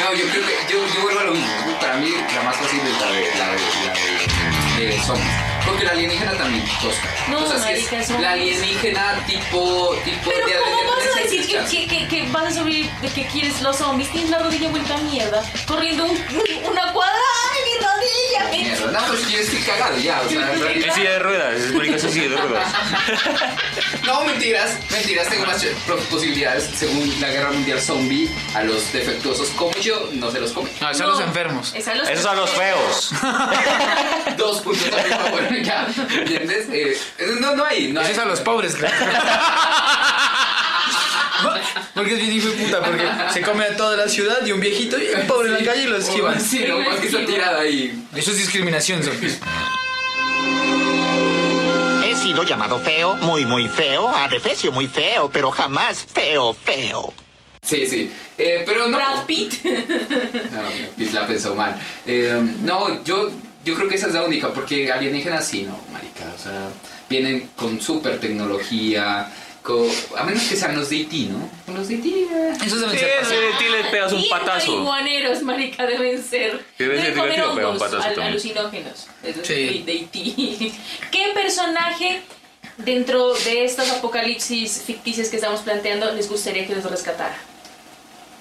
Speaker 4: No, yo creo que yo, yo vuelvo a lo mismo. Para mí la más fácil es la de la de, la de, de zombies. Porque la alienígena también tosca.
Speaker 1: No,
Speaker 4: o sea, si es
Speaker 1: marica, zombies.
Speaker 4: la alienígena tipo tipo
Speaker 1: Pero
Speaker 4: de
Speaker 1: ¿cómo vas a
Speaker 4: adrenalina
Speaker 1: decir
Speaker 4: sexual.
Speaker 1: que, que, que- que vas a sobrevivir, que quieres los zombies? Tienes la rodilla vuelta a mierda, corriendo un- un- una cuadra. ¡Ay, mi rodilla!
Speaker 4: Mierda, no, pues yo estoy cagado ya, o sea, en realidad-
Speaker 5: Es silla de ruedas, es marica, es silla de ruedas.
Speaker 4: No, mentiras, mentiras, tengo más pro- posibilidades. Según la guerra mundial zombie, a los defectuosos como yo, no se los come.
Speaker 3: No, son los enfermos.
Speaker 1: Esa los
Speaker 5: Esos son los feos.
Speaker 4: Dos puntos a mi favor, ya, ¿entiendes? Eh, no, no hay, no hay.
Speaker 3: Eso es a los pobres, claro. Porque es bien hijo de puta, porque se come a toda la ciudad y un viejito y un pobre en la calle y lo esquivan.
Speaker 4: Sí, no, más que está tirado ahí.
Speaker 3: Eso es discriminación, Sofía.
Speaker 12: sido llamado feo, muy, muy feo, arrefecio, muy feo, pero jamás feo, feo.
Speaker 4: Sí, sí. Eh, pero no.
Speaker 1: Brad Pitt.
Speaker 4: No, no, Pitt la pensó mal. Eh, no, yo, yo creo que esa es la única, porque alienígenas sí, no, marica. O sea, vienen con super tecnología. con- a menos que sean los de IT, ¿no? Con los de IT. eh,
Speaker 5: Eso
Speaker 4: deben
Speaker 5: Sí,
Speaker 4: ser
Speaker 5: los
Speaker 4: pasados.
Speaker 5: de IT les pegas un
Speaker 1: Y
Speaker 5: patazo.
Speaker 1: marihuaneros, marica, deben ser.
Speaker 5: Deben ser
Speaker 1: comer
Speaker 5: divertido pegar un
Speaker 1: hongos
Speaker 5: patazo
Speaker 1: al-
Speaker 5: también.
Speaker 1: alucinógenos. Es lo
Speaker 5: Sí.
Speaker 1: de IT. ¿Qué personaje dentro de estos apocalipsis ficticios que estamos planteando les gustaría que los rescatara?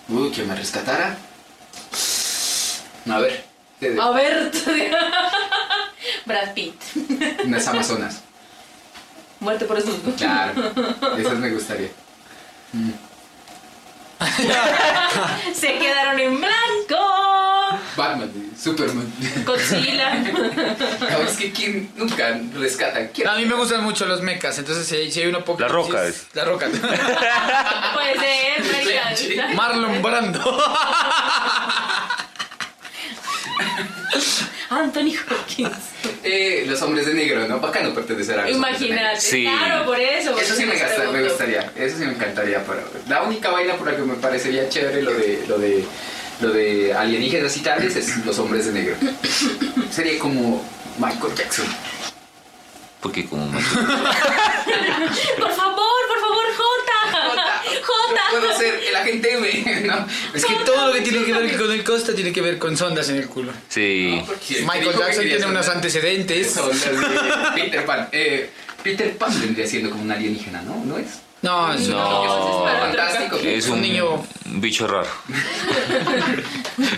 Speaker 4: Uy, que me rescatara. A ver. eh,
Speaker 1: A ver, Brad Pitt,
Speaker 4: Unas Amazonas.
Speaker 1: muerte por asunto.
Speaker 4: Claro. Esas me gustaría.
Speaker 1: Se quedaron en blanco.
Speaker 4: Batman, Superman.
Speaker 1: Godzilla.
Speaker 4: No, es que quien nunca rescata. ¿Quién?
Speaker 3: A mí me gustan mucho los mechas, entonces si, hay- si hay una poca. La roca. la roca.
Speaker 1: Puede ser, marica.
Speaker 3: Marlon Brando.
Speaker 1: Anthony Hopkins.
Speaker 4: Eh, los hombres de negro, ¿no? Bacano pertenecer a los hombres de negro.
Speaker 1: Imagínate. Claro, por eso.
Speaker 4: Eso sí me, gasta- me gustaría, eso sí me encantaría. Pero la única vaina por la que me parecería chévere lo de, lo de, lo de alienígenas y tales es los hombres de negro. Sería como Michael Jackson.
Speaker 5: Porque como
Speaker 1: Por favor, por favor, Jota. Jota.
Speaker 4: Puedo ser el agente M, ¿no?
Speaker 3: Es que todo lo que tiene que ver con el Costa tiene que ver con sondas en el culo.
Speaker 5: Sí.
Speaker 4: Dijo
Speaker 3: Michael
Speaker 4: que
Speaker 3: Jackson
Speaker 4: quería
Speaker 3: tiene unos
Speaker 4: sondas.
Speaker 3: antecedentes.
Speaker 4: Son las de Peter Pan. Eh, Peter Pan vendría siendo como un alienígena, ¿no? ¿No es?
Speaker 3: No,
Speaker 5: es
Speaker 4: No, es fantástico.
Speaker 5: Es un niño. bicho raro.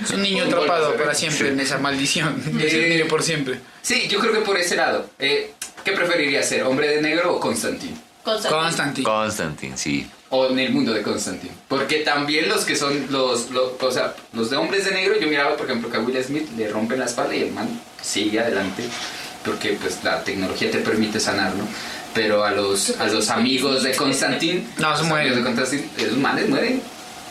Speaker 3: Es un niño
Speaker 4: Un golpe
Speaker 3: atrapado
Speaker 4: se ve.
Speaker 3: para siempre en esa maldición. Es un niño por siempre.
Speaker 4: Sí, yo creo que por ese lado. Eh, ¿Qué preferiría ser? ¿Hombre de negro o Constantine?
Speaker 5: Constantine. Constantine, sí.
Speaker 4: O en el mundo de Constantine. Porque también los que son los, los- o sea, los de hombres de negro, yo miraba, por ejemplo, que a Will Smith le rompen la espalda y el man sigue adelante. Porque pues la tecnología te permite sanar, ¿no? Pero a los, a los amigos de Constantine,
Speaker 3: No, se
Speaker 4: los
Speaker 3: mueren.
Speaker 4: amigos de Constantine, esos manes mueren.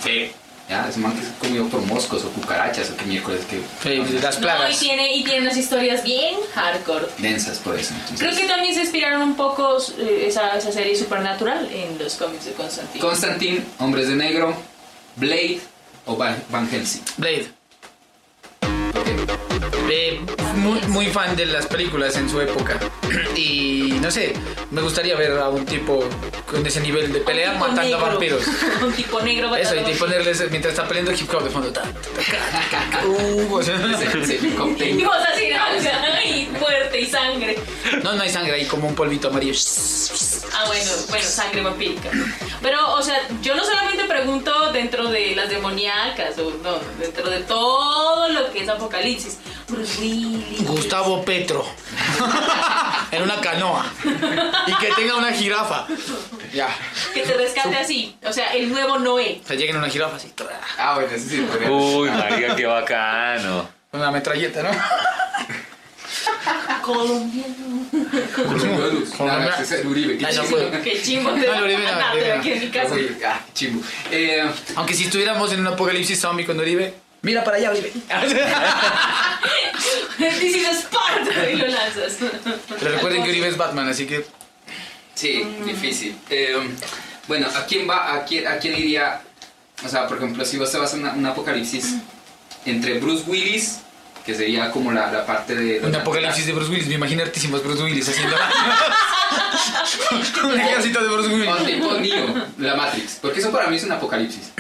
Speaker 4: Sí. Ya, esos manes comido por moscos o cucarachas o qué miércoles que...
Speaker 3: pues, las
Speaker 1: No, y tiene, y tiene unas historias bien hardcore.
Speaker 4: Densas por eso. entonces.
Speaker 1: Creo que también se inspiraron un poco eh, esa, esa serie Supernatural en los cómics de Constantine.
Speaker 4: Constantine, Hombres de Negro, Blade o Van, Van Helsing.
Speaker 3: Blade. Eh, muy, muy fan de las películas en su época. Y no sé, me gustaría ver a un tipo con ese nivel de pelea
Speaker 1: Un tipo
Speaker 3: matando a
Speaker 1: negro.
Speaker 3: vampiros.
Speaker 1: Un tipo negro
Speaker 3: Eso,
Speaker 1: matando
Speaker 3: y
Speaker 1: vampiros.
Speaker 3: ponerles mientras está peleando hip hop de fondo. Ta, ta, ta, uh, o sea,
Speaker 1: Y vos así, ¿no? y fuerte y sangre.
Speaker 3: no, no hay sangre, hay como un polvito amarillo.
Speaker 1: Ah, bueno, bueno, sangre vampírica. Pero, o sea, yo no solamente pregunto dentro de las demoníacas, o no, dentro de todo lo que es apocalipsis. Bruce Willis.
Speaker 3: Gustavo Petro. en una canoa. Y que tenga una jirafa. Ya.
Speaker 1: Que te rescate así. O sea, el nuevo Noé.
Speaker 3: O sea, lleguen una jirafa así. tra,
Speaker 4: Ah, bueno, eso sí. podría-
Speaker 5: Uy, María, qué bacano.
Speaker 3: Con una metralleta, ¿no?
Speaker 1: Colombiano.
Speaker 4: Nada, ese es el Uribe, qué
Speaker 3: Ah, no
Speaker 4: chimbo.
Speaker 3: puedo.
Speaker 1: Qué chimbo
Speaker 3: No,
Speaker 1: te va
Speaker 3: lo Uribe no,
Speaker 1: a
Speaker 3: Uribe
Speaker 1: aquí en mi casa.
Speaker 4: Uy, ah, chimbo. Eh,
Speaker 3: Aunque si estuviéramos en un apocalipsis zombie con Uribe, mira para allá, Uribe.
Speaker 1: This is Sparta. Y lo lanzas.
Speaker 3: Pero recuerden que Uribe es Batman, así que
Speaker 4: sí, difícil. Eh, bueno, ¿a quién va? ¿A quién, ¿A quién iría? O sea, por ejemplo, si vos te vas a una- un apocalipsis entre Bruce Willis, que sería como la, la parte de...
Speaker 3: un apocalipsis de Bruce Willis. Me imagino artísimos Bruce Willis haciendo un ejército de Bruce Willis.
Speaker 4: O tipo Neo, la Matrix. Porque eso para mí es un apocalipsis.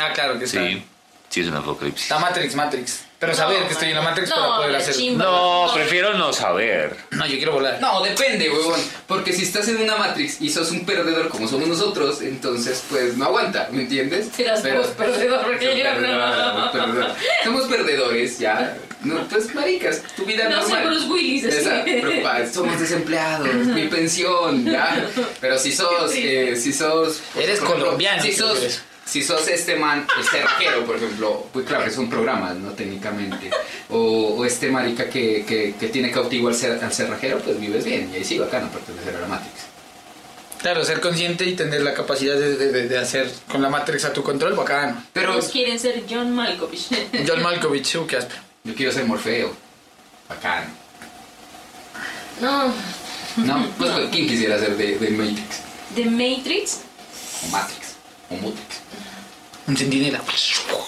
Speaker 3: Ah, claro que
Speaker 5: Sí. Sí, es un apocalipsis.
Speaker 3: La Matrix, Matrix. Pero saber que estoy en la Matrix
Speaker 4: no,
Speaker 3: para poder
Speaker 4: la
Speaker 3: hacer.
Speaker 4: chimba.
Speaker 5: No, prefiero no saber.
Speaker 3: No, yo quiero volar.
Speaker 4: No, depende, huevón. Porque si estás en una Matrix y sos un perdedor como somos nosotros, entonces pues no aguanta, ¿me entiendes?
Speaker 1: Serás
Speaker 4: Pero-
Speaker 1: vos perdedor, porque
Speaker 4: Soy
Speaker 1: yo no.
Speaker 4: perdedor, soy perdedor. Somos perdedores, ya. No, pues maricas, tu vida
Speaker 1: No soy
Speaker 4: normal.
Speaker 1: Bruce Willis, así.
Speaker 4: Esa, preocupa- somos desempleados, mi pensión, ya. Pero si sos, eh, si sos...
Speaker 3: Eres
Speaker 4: por ejemplo,
Speaker 3: colombiano,
Speaker 4: Si
Speaker 3: creo que eres.
Speaker 4: sos, si sos este man, este raquero, por ejemplo, pues claro que son programas, ¿no? Técnicamente. O, o este marica que, que, que tiene cautivo al, cer- al cerrajero, pues vives bien. Y ahí sí, bacano, pertenecer a la Matrix.
Speaker 3: Claro, ser consciente y tener la capacidad de, de- de- de hacer con la Matrix a tu control, bacán.
Speaker 4: Pues,
Speaker 1: Todos quieren ser John Malkovich.
Speaker 3: John Malkovich, uh, qué áspero.
Speaker 4: Yo quiero ser Morfeo. Bacano.
Speaker 1: No,
Speaker 4: No, pues ¿quién quisiera ser de, de Matrix?
Speaker 1: The Matrix.
Speaker 4: O Matrix. O Mutrix.
Speaker 3: Un centinela.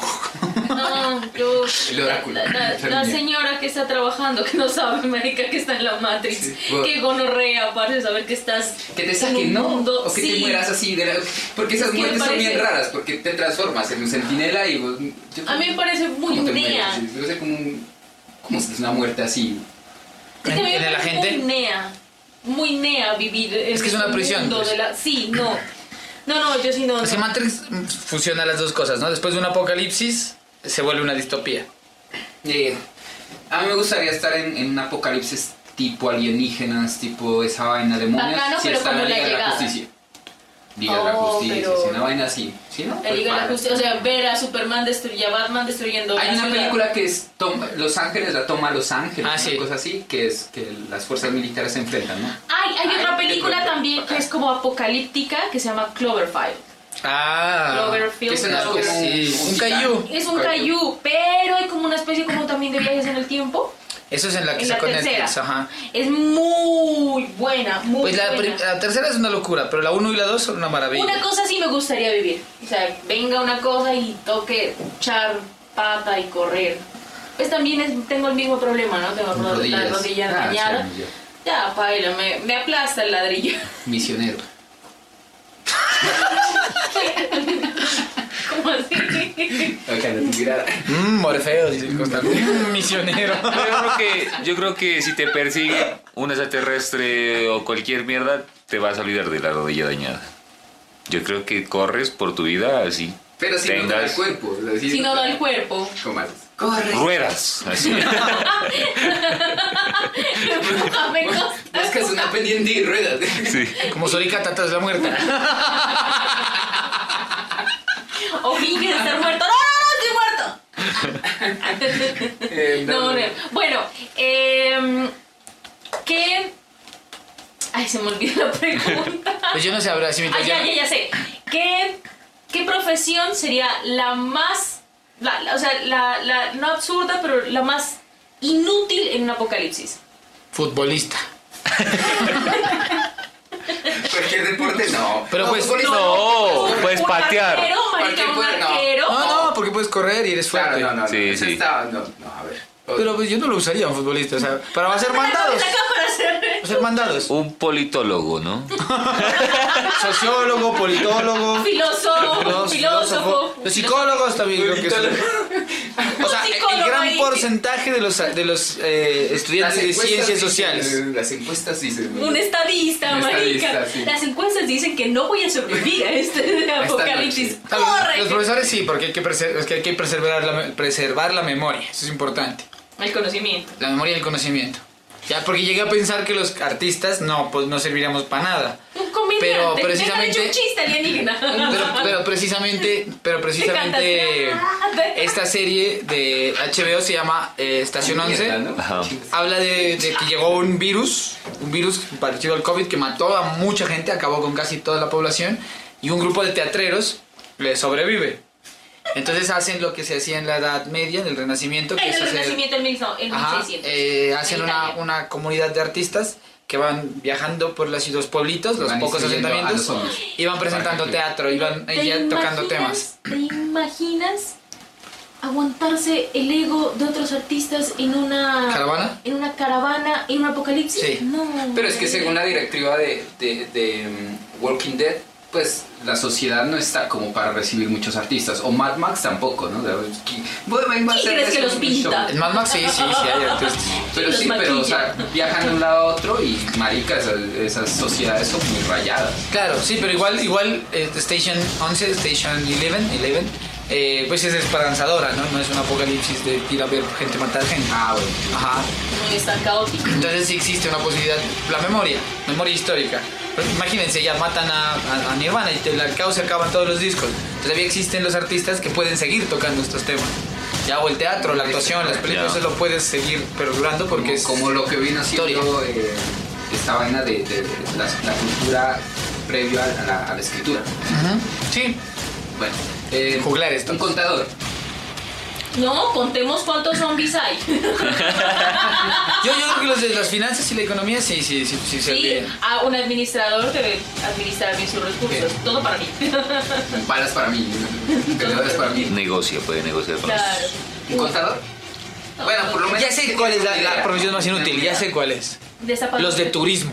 Speaker 1: No, yo.
Speaker 4: El oráculo.
Speaker 1: La, la-
Speaker 4: Esa
Speaker 1: la
Speaker 4: niña.
Speaker 1: señora que está trabajando, que no sabe, marica, que está en la Matrix.
Speaker 4: bueno.
Speaker 1: Que gonorrea, parce, saber que estás.
Speaker 4: Que te
Speaker 1: en
Speaker 4: saquen,
Speaker 1: un
Speaker 4: ¿no?
Speaker 1: mundo-
Speaker 4: O que te
Speaker 1: sí.
Speaker 4: mueras así de la... Porque
Speaker 1: Es
Speaker 4: esas
Speaker 1: que me
Speaker 4: muertes son bien
Speaker 1: parece-
Speaker 4: raras, porque te transformas en un centinela y vos... yo-
Speaker 1: A mí me parece muy
Speaker 4: ¿cómo te
Speaker 1: nea.
Speaker 4: mueres? Yo sé como un... ¿Cómo es una muerte así?
Speaker 1: Es que a mí me parece Muy nea. Muy nea vivir. en
Speaker 3: Es que es una
Speaker 1: un
Speaker 3: prisión,
Speaker 1: mundo
Speaker 3: pues.
Speaker 1: de la- Sí, no. No, no, yo sí no.
Speaker 3: Es que
Speaker 1: no.
Speaker 3: Matrix mm, fusiona las dos cosas, ¿no? Después de un apocalipsis se vuelve una distopía.
Speaker 4: Eh, a mí me gustaría estar en, en un apocalipsis tipo alienígenas, tipo esa vaina de demonios.
Speaker 1: Bacano,
Speaker 4: si
Speaker 1: pero
Speaker 4: está
Speaker 1: como
Speaker 4: la
Speaker 1: la
Speaker 4: Liga de la
Speaker 1: llegada.
Speaker 4: Justicia. Liga de la
Speaker 1: Oh,
Speaker 4: Justicia,
Speaker 1: pero-
Speaker 4: si una vaina así. ¿Sí, no?
Speaker 1: La
Speaker 4: Pues
Speaker 1: Liga de la
Speaker 4: para.
Speaker 1: Justicia, o sea, ver a Superman destruyendo, a Batman destruyendo.
Speaker 4: Hay
Speaker 1: la
Speaker 4: una
Speaker 1: ciudad. Ah,
Speaker 4: película que es Tom- Los Ángeles, la toma Los Ángeles, una cosa así, que es que las fuerzas militares se enfrentan, ¿no?
Speaker 1: Ay, hay otra
Speaker 4: Ay,
Speaker 1: película
Speaker 4: qué
Speaker 1: también que es como apocalíptica que se llama Cloverfield.
Speaker 3: Ah.
Speaker 1: Cloverfield.
Speaker 3: que claro que sí. Un cayú.
Speaker 1: Es un cayú, pero hay como una especie como también de viajes en el tiempo.
Speaker 3: Eso es en la que
Speaker 1: En la
Speaker 3: sacó
Speaker 1: tercera.
Speaker 3: Netflix, ajá.
Speaker 1: Es muy buena, muy
Speaker 3: Pues la,
Speaker 1: buena.
Speaker 3: prim- la tercera es una locura, pero la 1 y la 2 son una maravilla.
Speaker 1: Una cosa sí me gustaría vivir. O sea, venga una cosa y toque echar pata y correr. Pues también es- tengo el mismo problema, ¿no? Tengo ro- la
Speaker 4: Rodillas.
Speaker 1: rodilla
Speaker 4: Ah,
Speaker 1: dañada.
Speaker 4: sí,
Speaker 1: Ya, paila, me, me aplasta el ladrillo.
Speaker 4: Misionero.
Speaker 1: ¿Cómo así?
Speaker 3: Mm, Morfeo, dice el Constantino. Misionero.
Speaker 5: Yo creo, que, yo creo que si te persigue un extraterrestre o cualquier mierda, te vas a olvidar de la rodilla dañada. Yo creo que corres por tu vida así.
Speaker 4: Pero si no da el cuerpo. o sea,
Speaker 1: Si no da el cuerpo.
Speaker 4: ¿Cómo haces? Corre.
Speaker 5: Ruedas. Así.
Speaker 1: Empújame, Costa.
Speaker 4: Buscas una pendiente y ruedas.
Speaker 3: Como Sorica Tata es la muerta.
Speaker 1: O finge estar muerto. ¡No, no, no! ¡Estoy muerto! No, no. Bueno, eh, ¿qué? Ay, se me olvidó la pregunta.
Speaker 3: Pues yo no sé, habrá si me
Speaker 1: Ah, ya, ya, ya sé. ¿Qué, qué profesión sería la más, la- la- o sea, la, la- no absurda, pero la más inútil en un apocalipsis?
Speaker 3: Futbolista.
Speaker 4: Cualquier Pues, deporte no.
Speaker 3: Pero pues,
Speaker 4: futbolista
Speaker 5: no, pues
Speaker 1: Un
Speaker 5: patear.
Speaker 1: arquero, marica, un
Speaker 4: Cualquier puede-
Speaker 1: arquero.
Speaker 3: No, no, porque puedes correr y eres fuerte.
Speaker 4: no, no, no,
Speaker 5: Sí,
Speaker 4: eso
Speaker 5: sí.
Speaker 4: está- no, no, a ver.
Speaker 3: Pero pues yo no lo usaría un futbolista, o sea, para hacer mandados.
Speaker 1: Saca para hacer-
Speaker 3: Hacer mandados.
Speaker 5: Un politólogo, ¿no?
Speaker 3: Sociólogo, politólogo.
Speaker 1: Filósofo,
Speaker 3: los
Speaker 1: filósofo.
Speaker 3: Los psicólogos también creo que son. O sea, el
Speaker 1: Psicólogo
Speaker 3: gran
Speaker 1: ahí.
Speaker 3: porcentaje de los, de los eh, estudiantes de
Speaker 4: encuestas
Speaker 3: ciencias
Speaker 4: dicen- eh,
Speaker 3: sociales.
Speaker 4: Las encuestas dicen.
Speaker 1: Un estadista,
Speaker 4: Un
Speaker 1: marica.
Speaker 4: estadista, sí.
Speaker 1: Las encuestas dicen que no voy a sobrevivir a este apocalipsis.
Speaker 3: A ver,
Speaker 1: ¡Corre!
Speaker 3: Los profesores sí, porque hay que, preser- es que hay que preservar, la, me- preservar la memoria, eso es importante.
Speaker 1: El conocimiento.
Speaker 3: La memoria y el conocimiento. Ya, porque llegué a pensar que los artistas no, pues no serviríamos para nada.
Speaker 1: Un comediante. Deja
Speaker 3: Pero
Speaker 1: de
Speaker 3: precisamente-
Speaker 1: echar un chiste alienígena.
Speaker 3: Pero, pero precisamente, pero precisamente
Speaker 1: cantaste.
Speaker 3: esta serie de HBO se llama eh, Estación 11.
Speaker 5: Ajá.
Speaker 3: Habla de, de que llegó un virus, un virus parecido al COVID que mató a mucha gente, acabó con casi toda la población y un grupo de teatreros le sobrevive. Entonces hacen lo que se hacía en la Edad Media, en el Renacimiento, que
Speaker 1: En
Speaker 3: es
Speaker 1: el
Speaker 3: hacer-
Speaker 1: Renacimiento, el, mil- no, el
Speaker 3: Ajá,
Speaker 1: 1600.
Speaker 3: eh, hacen
Speaker 1: En
Speaker 3: una,
Speaker 1: Italia.
Speaker 3: una comunidad de artistas que van viajando por las, los pueblitos, los
Speaker 4: Van
Speaker 3: pocos
Speaker 4: instruyendo a
Speaker 3: asentamientos,
Speaker 4: los hombres.
Speaker 3: y van presentando teatro, y van
Speaker 1: ¿Te
Speaker 3: y ya tocando
Speaker 1: imaginas-
Speaker 3: temas.
Speaker 1: ¿Te imaginas aguantarse el ego de otros artistas en una
Speaker 3: ¿Caravana?
Speaker 1: En una caravana, en un apocalipsis.
Speaker 3: Sí.
Speaker 1: No.
Speaker 4: Pero es que según la directiva de, de, de, mm, Walking Dead, pues la sociedad no está como para recibir muchos artistas. O Mad Max tampoco, ¿no? O sea, ¿qui- bueno, ven, va a
Speaker 1: ¿Quién
Speaker 4: hacer
Speaker 1: crees
Speaker 4: ese
Speaker 1: que los
Speaker 4: show?
Speaker 1: pinta?
Speaker 3: En Mad Max sí, sí, sí, hay artistas.
Speaker 4: Pero
Speaker 1: Los
Speaker 4: sí, pero o sea,
Speaker 1: maquilla.
Speaker 4: viajan de un lado a otro y marica, esas, esas sociedades son muy rayadas.
Speaker 3: Claro, sí, pero igual, igual eh, Station 11, Station 11, 11 eh, pues es esperanzadora, ¿no? No es un apocalipsis de ir a ver gente matar gente.
Speaker 4: Ah, bueno.
Speaker 3: Ajá.
Speaker 1: Muy está caótico.
Speaker 3: Entonces sí existe una posibilidad, la memoria, memoria histórica. Pero Imagínense, ya matan a, a- a Nirvana y te- al cabo se acaban todos los discos. Todavía existen los artistas que pueden seguir tocando estos temas. Ya, o el teatro, la actuación, las películas,
Speaker 5: Ya.
Speaker 3: eso lo puedes seguir perdurando porque es...
Speaker 4: como lo que vino haciendo
Speaker 3: Historia.
Speaker 4: eh, esta vaina de, de- de la, la cultura previo a la, a la escritura.
Speaker 3: Ujú, Sí,
Speaker 4: Bueno, eh,
Speaker 3: Juglares,
Speaker 4: un
Speaker 3: todos.
Speaker 4: contador.
Speaker 1: No, contemos cuántos zombies hay.
Speaker 3: Yo, yo creo que los de las finanzas y la economía sí, sí, sí, sí, se
Speaker 1: Sí,
Speaker 3: olvidan.
Speaker 1: a un administrador debe administrar bien sus recursos. Todo para mí.
Speaker 4: Balas para mí. Peleadores para mí.
Speaker 5: Negocia, puede negociar con
Speaker 1: Claro.
Speaker 4: ¿Un contador? Bueno, por lo menos.
Speaker 3: Ya sé cuál es la, la profesión más inútil, ya sé cuál es.
Speaker 1: Desaparece.
Speaker 3: Los de turismo.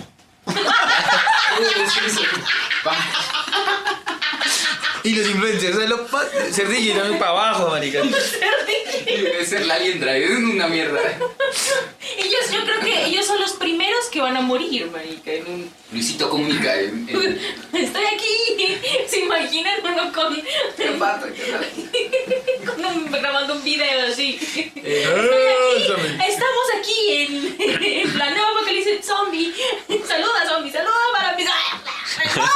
Speaker 3: Y los influencers, o sea, lo pa- Cerdillo y también para abajo, marica.
Speaker 4: Debe ser la liendra, es una mierda.
Speaker 1: Ellos, yo creo que ellos son los primeros que van a morir, marica. en un-
Speaker 4: Luisito comunica. En, en-
Speaker 1: Estoy aquí. ¿Se imaginan uno con... con un- grabando un video así?
Speaker 4: Eh,
Speaker 1: Estoy aquí. Estamos aquí en, en la nueva apocalipsis zombie. Saluda, zombie. Saluda para mis... ¡No, no,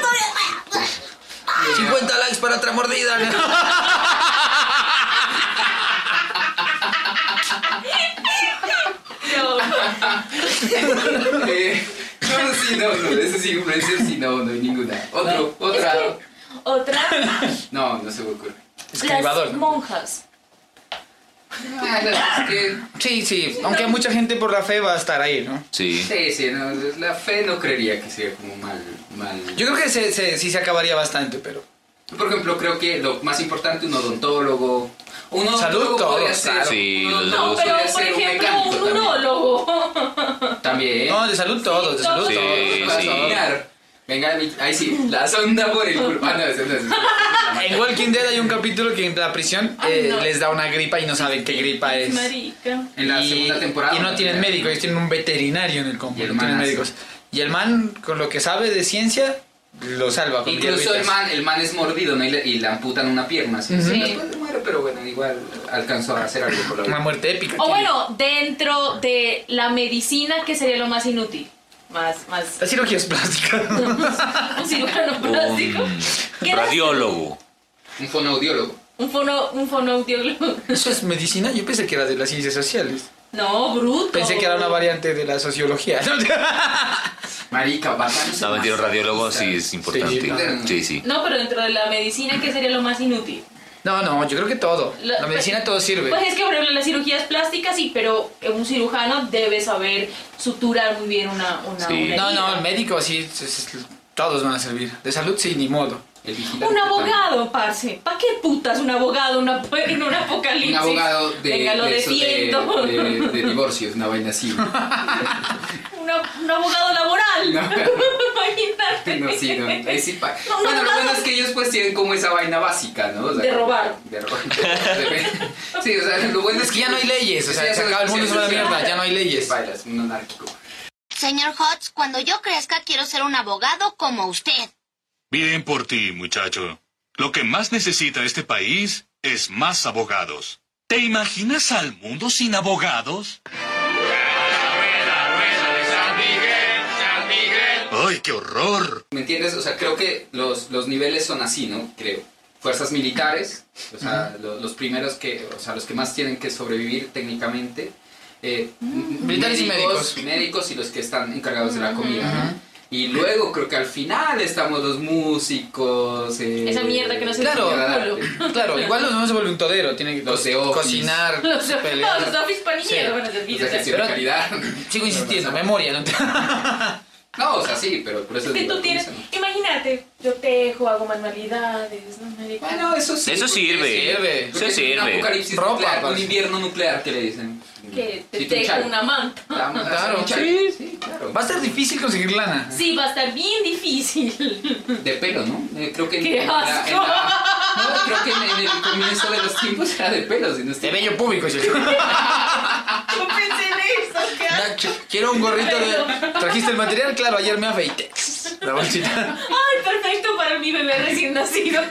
Speaker 1: todavía!
Speaker 3: 50 likes para otra mordida.
Speaker 4: Eh, no, sí, no, no, ese sí, influencer, sí, no, no hay ninguna. Otro, otra.
Speaker 1: Otra,
Speaker 4: No, no se me ocurre.
Speaker 1: las monjas.
Speaker 3: Sí, sí, aunque mucha gente por la fe va a estar ahí, ¿no?
Speaker 5: Sí.
Speaker 4: Sí, sí, no, la fe no creería que sea como mal, mal.
Speaker 3: Yo creo que se, se- sí se acabaría bastante, pero.
Speaker 4: Por ejemplo, creo que lo más importante, un odontólogo. Un odontólogo
Speaker 3: Salud, todos,
Speaker 4: podría ser.
Speaker 3: claro.
Speaker 5: Sí, los
Speaker 1: No,
Speaker 5: dos.
Speaker 1: pero
Speaker 4: podría
Speaker 1: por
Speaker 4: ser un
Speaker 1: ejemplo,
Speaker 4: mecánico
Speaker 1: un
Speaker 4: también.
Speaker 1: urólogo. Eh,
Speaker 4: También.
Speaker 3: No, de salud todos, de salud
Speaker 5: Sí,
Speaker 3: todos.
Speaker 4: Para
Speaker 5: sí.
Speaker 4: soñar. Venga, mi- ahí sí, la sonda por el culo. Ah, no, ese no es.
Speaker 3: En Walking Dead hay un capítulo que en la prisión eh,
Speaker 1: Ay, no.
Speaker 3: les da una gripa y no saben qué gripa es.
Speaker 1: Marica.
Speaker 4: En la
Speaker 3: Y-
Speaker 4: segunda temporada.
Speaker 3: Y no tienen médico, ellos tienen un veterinario en el conjunto.
Speaker 4: Y el
Speaker 3: no tienen
Speaker 4: man hace-
Speaker 3: médicos. Y el man, con lo que sabe de ciencia, lo salva. Con
Speaker 4: Incluso el
Speaker 3: hierbitas.
Speaker 4: man, el man es mordido ¿no? y, le, y le amputan una pierna. así.
Speaker 3: Ujú.
Speaker 4: Sí, Después muere, pero bueno, igual alcanzó a hacer algo por la
Speaker 3: Una
Speaker 4: vida.
Speaker 3: muerte épica.
Speaker 1: O bueno, dentro de la medicina, que sería lo más inútil? Más, más.
Speaker 3: Las cirugías plásticas.
Speaker 1: Un cirujano plástico. ¿Qué
Speaker 5: Un
Speaker 1: era?
Speaker 5: radiólogo.
Speaker 4: Un fonoaudiólogo.
Speaker 1: Un, fono, un fonoaudiólogo.
Speaker 3: ¿Eso es medicina? Yo pensé que era de las ciencias sociales.
Speaker 1: No, bruto.
Speaker 3: Pensé que era
Speaker 1: Oh.
Speaker 3: una variante de la sociología.
Speaker 4: Marica, bacán.
Speaker 5: No, mentira, un radiólogo sí es importante. Sí, sí.
Speaker 1: No, pero dentro de la medicina, ¿qué sería lo más inútil?
Speaker 3: No, no, yo creo que todo.
Speaker 1: La-
Speaker 3: La medicina todo sirve.
Speaker 1: Pues es que, por ejemplo, las cirugías plásticas, sí, pero un cirujano debe saber suturar muy bien una. una,
Speaker 5: Sí.
Speaker 1: una
Speaker 3: No,
Speaker 1: herida.
Speaker 3: no, el médico sí, s- s- todos van a servir. De salud sí, ni modo.
Speaker 4: El vigilante
Speaker 1: Un
Speaker 4: también.
Speaker 1: abogado, parce. ¿Para qué putas un abogado una, en un apocalipsis?
Speaker 4: Un abogado de,
Speaker 1: Venga, lo
Speaker 4: de, eso, de-
Speaker 1: defiendo.
Speaker 4: de- de divorcios, una vaina así.
Speaker 1: Una- un abogado laboral.
Speaker 4: No.
Speaker 1: Imagínate.
Speaker 4: No, sí, no. ahí sí pa-
Speaker 1: No, no,
Speaker 4: bueno, lo
Speaker 1: no.
Speaker 4: bueno es que ellos pues tienen como esa vaina básica, ¿no? O
Speaker 1: De robar.
Speaker 4: De robar. sí, o sea, lo bueno es
Speaker 3: Es que ya no hay leyes, o
Speaker 4: Sí,
Speaker 3: sea,
Speaker 4: ya
Speaker 3: se
Speaker 4: se-
Speaker 3: acaba el mundo,
Speaker 4: sí,
Speaker 3: es una
Speaker 4: sí,
Speaker 3: mierda,
Speaker 4: sí.
Speaker 3: ya no hay leyes.
Speaker 4: Bailas, un anárquico.
Speaker 6: Señor Hodge, cuando yo crezca quiero ser un abogado como usted.
Speaker 9: Bien por ti, muchacho. Lo que más necesita este país es más abogados. ¿Te imaginas al mundo sin abogados? ¡Ay, qué horror!
Speaker 4: ¿Me entiendes? O sea, creo que los, los niveles son así, ¿no? Creo. Fuerzas militares, o sea, lo- los primeros que, o sea, los que más tienen que sobrevivir técnicamente. eh,
Speaker 1: Mm.
Speaker 3: Militares y médicos.
Speaker 4: Médicos y los que están encargados de la comida, ¿no? Y luego creo que al final estamos los músicos. eh,
Speaker 1: Esa mierda que no se
Speaker 3: Claro.
Speaker 1: entiende el culo.
Speaker 3: Claro, igual no se vuelve un todero, tiene que
Speaker 4: Los
Speaker 3: co-
Speaker 4: de office.
Speaker 3: cocinar,
Speaker 1: Los,
Speaker 3: pelear.
Speaker 1: los office
Speaker 3: Sí.
Speaker 1: panilleros van a
Speaker 4: O
Speaker 1: servir.
Speaker 4: sea,
Speaker 1: o sea,
Speaker 4: gestión de
Speaker 3: pero-
Speaker 4: calidad.
Speaker 3: Sigo insistiendo, memoria, ¿no?
Speaker 4: No, o sea, sí, pero por eso
Speaker 1: que
Speaker 4: digo,
Speaker 1: tú tienes,
Speaker 4: ¿cómo se llama?
Speaker 1: imagínate, yo tejo, hago manualidades, no me digas.
Speaker 4: Bueno, eso sí.
Speaker 5: Eso
Speaker 4: porque
Speaker 5: sirve.
Speaker 3: sirve.
Speaker 5: Eso
Speaker 4: porque Un
Speaker 5: sirve.
Speaker 4: apocalipsis
Speaker 3: Ropa,
Speaker 4: nuclear, un
Speaker 3: parece.
Speaker 4: invierno nuclear que le dicen.
Speaker 1: pues. que te
Speaker 4: Sí, tú un
Speaker 1: tejo
Speaker 4: chal.
Speaker 1: una manta.
Speaker 3: Claro,
Speaker 4: Claro,
Speaker 3: sí.
Speaker 4: sí, claro.
Speaker 3: Va a ser difícil conseguir lana.
Speaker 1: Sí, va a estar bien difícil.
Speaker 4: De pelo, ¿no? Eh, creo que en-
Speaker 1: ¡Qué
Speaker 4: en la-
Speaker 1: asco!
Speaker 4: en la- no, creo que en, en el comienzo de los tiempos era de pelo, si
Speaker 3: De
Speaker 4: no estoy-
Speaker 3: bello público, sí.
Speaker 1: No pensé en eso, qué asco.
Speaker 3: Quiero un gorrito de... ¿Trajiste el material? Claro, ayer me afeité. La bolsita.
Speaker 1: Ay, perfecto para mi bebé recién nacido.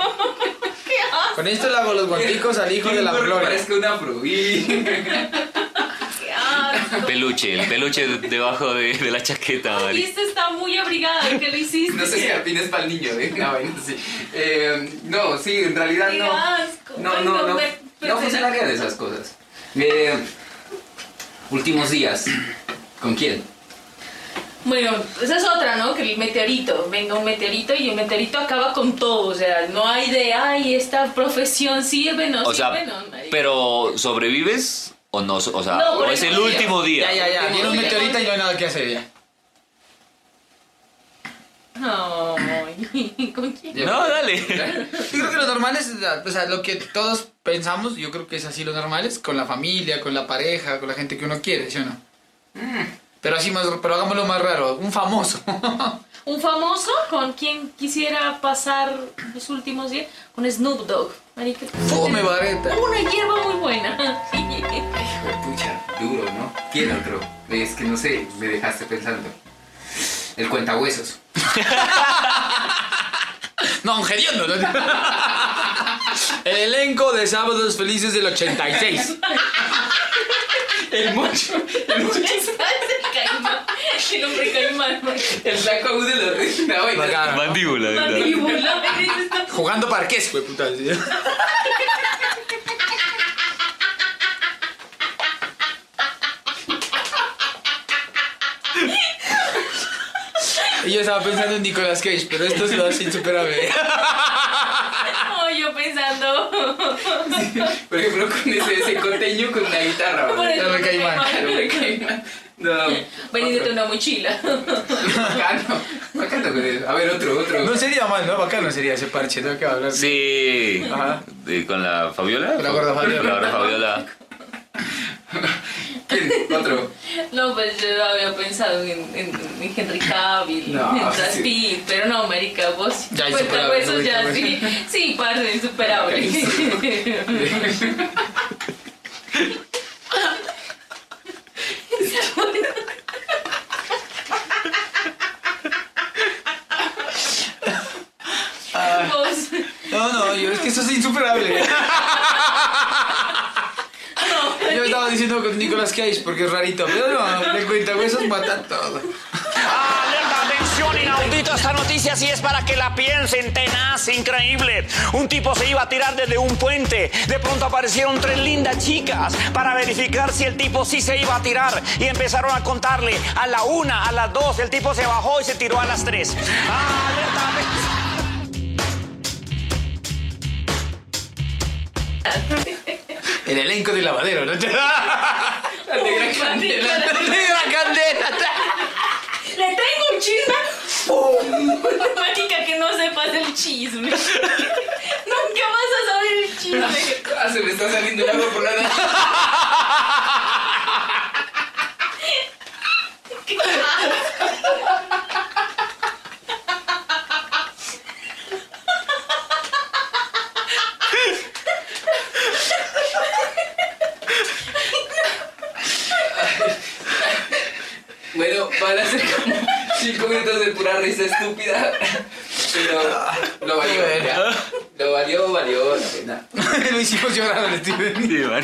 Speaker 1: Qué asco,
Speaker 3: Con esto le hago los guanticos al hijo de la
Speaker 4: Quiero que
Speaker 3: gloria.
Speaker 4: Parezca un afro. y-
Speaker 1: qué asco.
Speaker 5: Peluche, el peluche de- debajo de, de la chaqueta,
Speaker 1: Y
Speaker 5: Mari.
Speaker 1: esta este está muy abrigada, ¿qué le hiciste?
Speaker 4: No sé escarpines para el niño, ¿eh? Una vaina así. Eh, no, sí, en realidad
Speaker 1: Qué
Speaker 4: no.
Speaker 1: asco.
Speaker 4: No,
Speaker 1: Ay,
Speaker 4: no,
Speaker 1: no,
Speaker 4: no.
Speaker 1: per-
Speaker 4: No pues,
Speaker 1: per-
Speaker 4: funcionaría de esas cosas. Eh, últimos días. ¿Con quién?
Speaker 1: Bueno, esa es otra, ¿no? Que el meteorito, venga un meteorito y el meteorito acaba con todo, o sea, no hay de, ay, esta profesión sirve, no
Speaker 5: O sea,
Speaker 1: sirve, no. marica.
Speaker 5: pero ¿sobrevives o no? O sea,
Speaker 1: No, por
Speaker 5: o es el
Speaker 1: eso ya.
Speaker 5: último día.
Speaker 3: Ya, ya, ya. Viene un meteorito y no hay nada que hacer ya.
Speaker 1: Ay, ¿con quién?
Speaker 3: No, dale.
Speaker 4: ¿Eh?
Speaker 3: Yo creo que lo normal es, o sea, lo que todos pensamos, yo creo que es así lo normal, es con la familia, con la pareja, con la gente que uno quiere, ¿sí o no? Pero así más, pero hagámoslo más raro, un famoso.
Speaker 1: Un famoso con quien quisiera pasar los últimos días, con Snoop Dogg. Marica,
Speaker 3: Fume vareta.
Speaker 1: Una hierba muy buena.
Speaker 4: Pucha, duro, ¿no? ¿Quién otro? Es que no sé, me dejaste pensando. El cuentahuesos.
Speaker 3: No, un hediondo, ¿no? El elenco de Sábados Felices del 86. El mucho.
Speaker 1: El hombre caimán.
Speaker 4: El flaco aún de la reina, oiga.
Speaker 5: Mandíbula,
Speaker 1: Mandíbula, mira, está-
Speaker 3: Jugando parques, güey, puta. ¿sí? Y yo estaba pensando en Nicolas Cage, pero esto es lo así insuperable.
Speaker 1: No, yo pensando.
Speaker 4: Por ejemplo, con ese, ese coteño con la guitarra.
Speaker 1: Por el
Speaker 4: ¿verdad?
Speaker 1: hombre caimán.
Speaker 4: El hombre caimán. No,
Speaker 1: Venidete una mochila.
Speaker 4: bacano. Bacano con eso. A ver, otro, otro.
Speaker 3: No sería mal, ¿no? Bacano sería ese parche, ¿no? Que va a hablar.
Speaker 5: Sí. ¿Y ¿Con la Fabiola?
Speaker 3: Con la gorda Fabiola.
Speaker 5: Con la gorda Fabiola.
Speaker 4: Otro.
Speaker 1: No, pues yo había pensado en, en, en Henry Cavill,
Speaker 4: No,
Speaker 1: en Brad
Speaker 4: sí.
Speaker 1: Pitt, pero no, marica, vos
Speaker 4: Ya,
Speaker 1: cuenta
Speaker 4: insuperable,
Speaker 1: huesos,
Speaker 4: no,
Speaker 1: ya, sí,
Speaker 4: insuperable.
Speaker 1: sí, parce, insuperable.
Speaker 4: Ya,
Speaker 1: Vos,
Speaker 3: No, no, yo es que eso es insuperable. Yo estaba diciendo con Nicolas Cage porque es rarito, pero no, le cuenta, güey, esos matan todo.
Speaker 10: Atención inaudito esta noticia si es para que la piensen tenaz, increíble. Un tipo se iba a tirar desde un puente. De pronto aparecieron tres lindas chicas para verificar si el tipo sí se iba a tirar y empezaron a contarle a la una, a las dos. El tipo se bajó y se tiró a las tres.
Speaker 3: El elenco de lavadero, ¿no? Ah, La negra candela. La negra candela.
Speaker 1: le traigo un chisme.
Speaker 4: Oh.
Speaker 1: ¡Pum! Marica, que no sepas el chisme. Nunca vas a saber el chisme.
Speaker 4: Ah, se me está saliendo el agua por la nariz. Bueno, van a ser como 5 minutos de pura risa estúpida. Pero lo valió. ya. Lo valió, valió la pena.
Speaker 3: Lo hicimos llorar al Steven.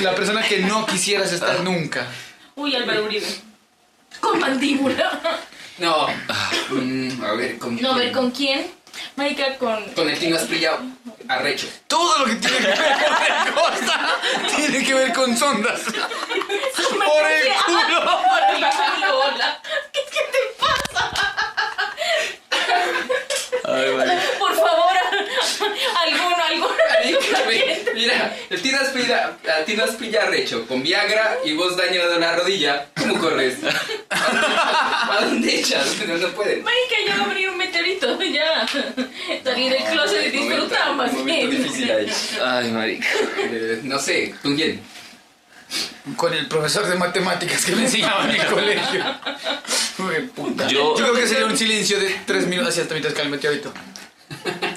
Speaker 3: La persona que no quisieras estar nunca.
Speaker 1: Uy, Álvaro Uribe. Con mandíbula.
Speaker 4: No. Mm, a ver, con
Speaker 1: No, a ver, ¿con quién? Marica, con...
Speaker 4: Con el Tino Asprilla arrecho.
Speaker 3: Todo lo que tiene que ver con la costa tiene que ver con sondas. Por el culo.
Speaker 1: Por el culo, hola. ¿Qué, qué te pasa? Por favor, alguno, alguno.
Speaker 4: Ve, Mira, el Tino Asprilla, a Tino Asprilla arrecho, con Viagra y vos daño de la rodilla. ¿Cómo corres? ¿A dónde echas? No, no puedes.
Speaker 1: Marica, ya va a venir un meteorito, ya. Salir del closet y disfrutar
Speaker 4: Un
Speaker 1: más
Speaker 4: momento
Speaker 1: bien.
Speaker 4: difícil ahí. Ay, marica. Eh, No sé, ¿con quién?
Speaker 3: Con el profesor de matemáticas que me enseñaba en el colegio. Hijo de puta. Yo,
Speaker 5: Yo-
Speaker 3: creo que sería un silencio de tres minutos hacia hasta mientras que el meteorito.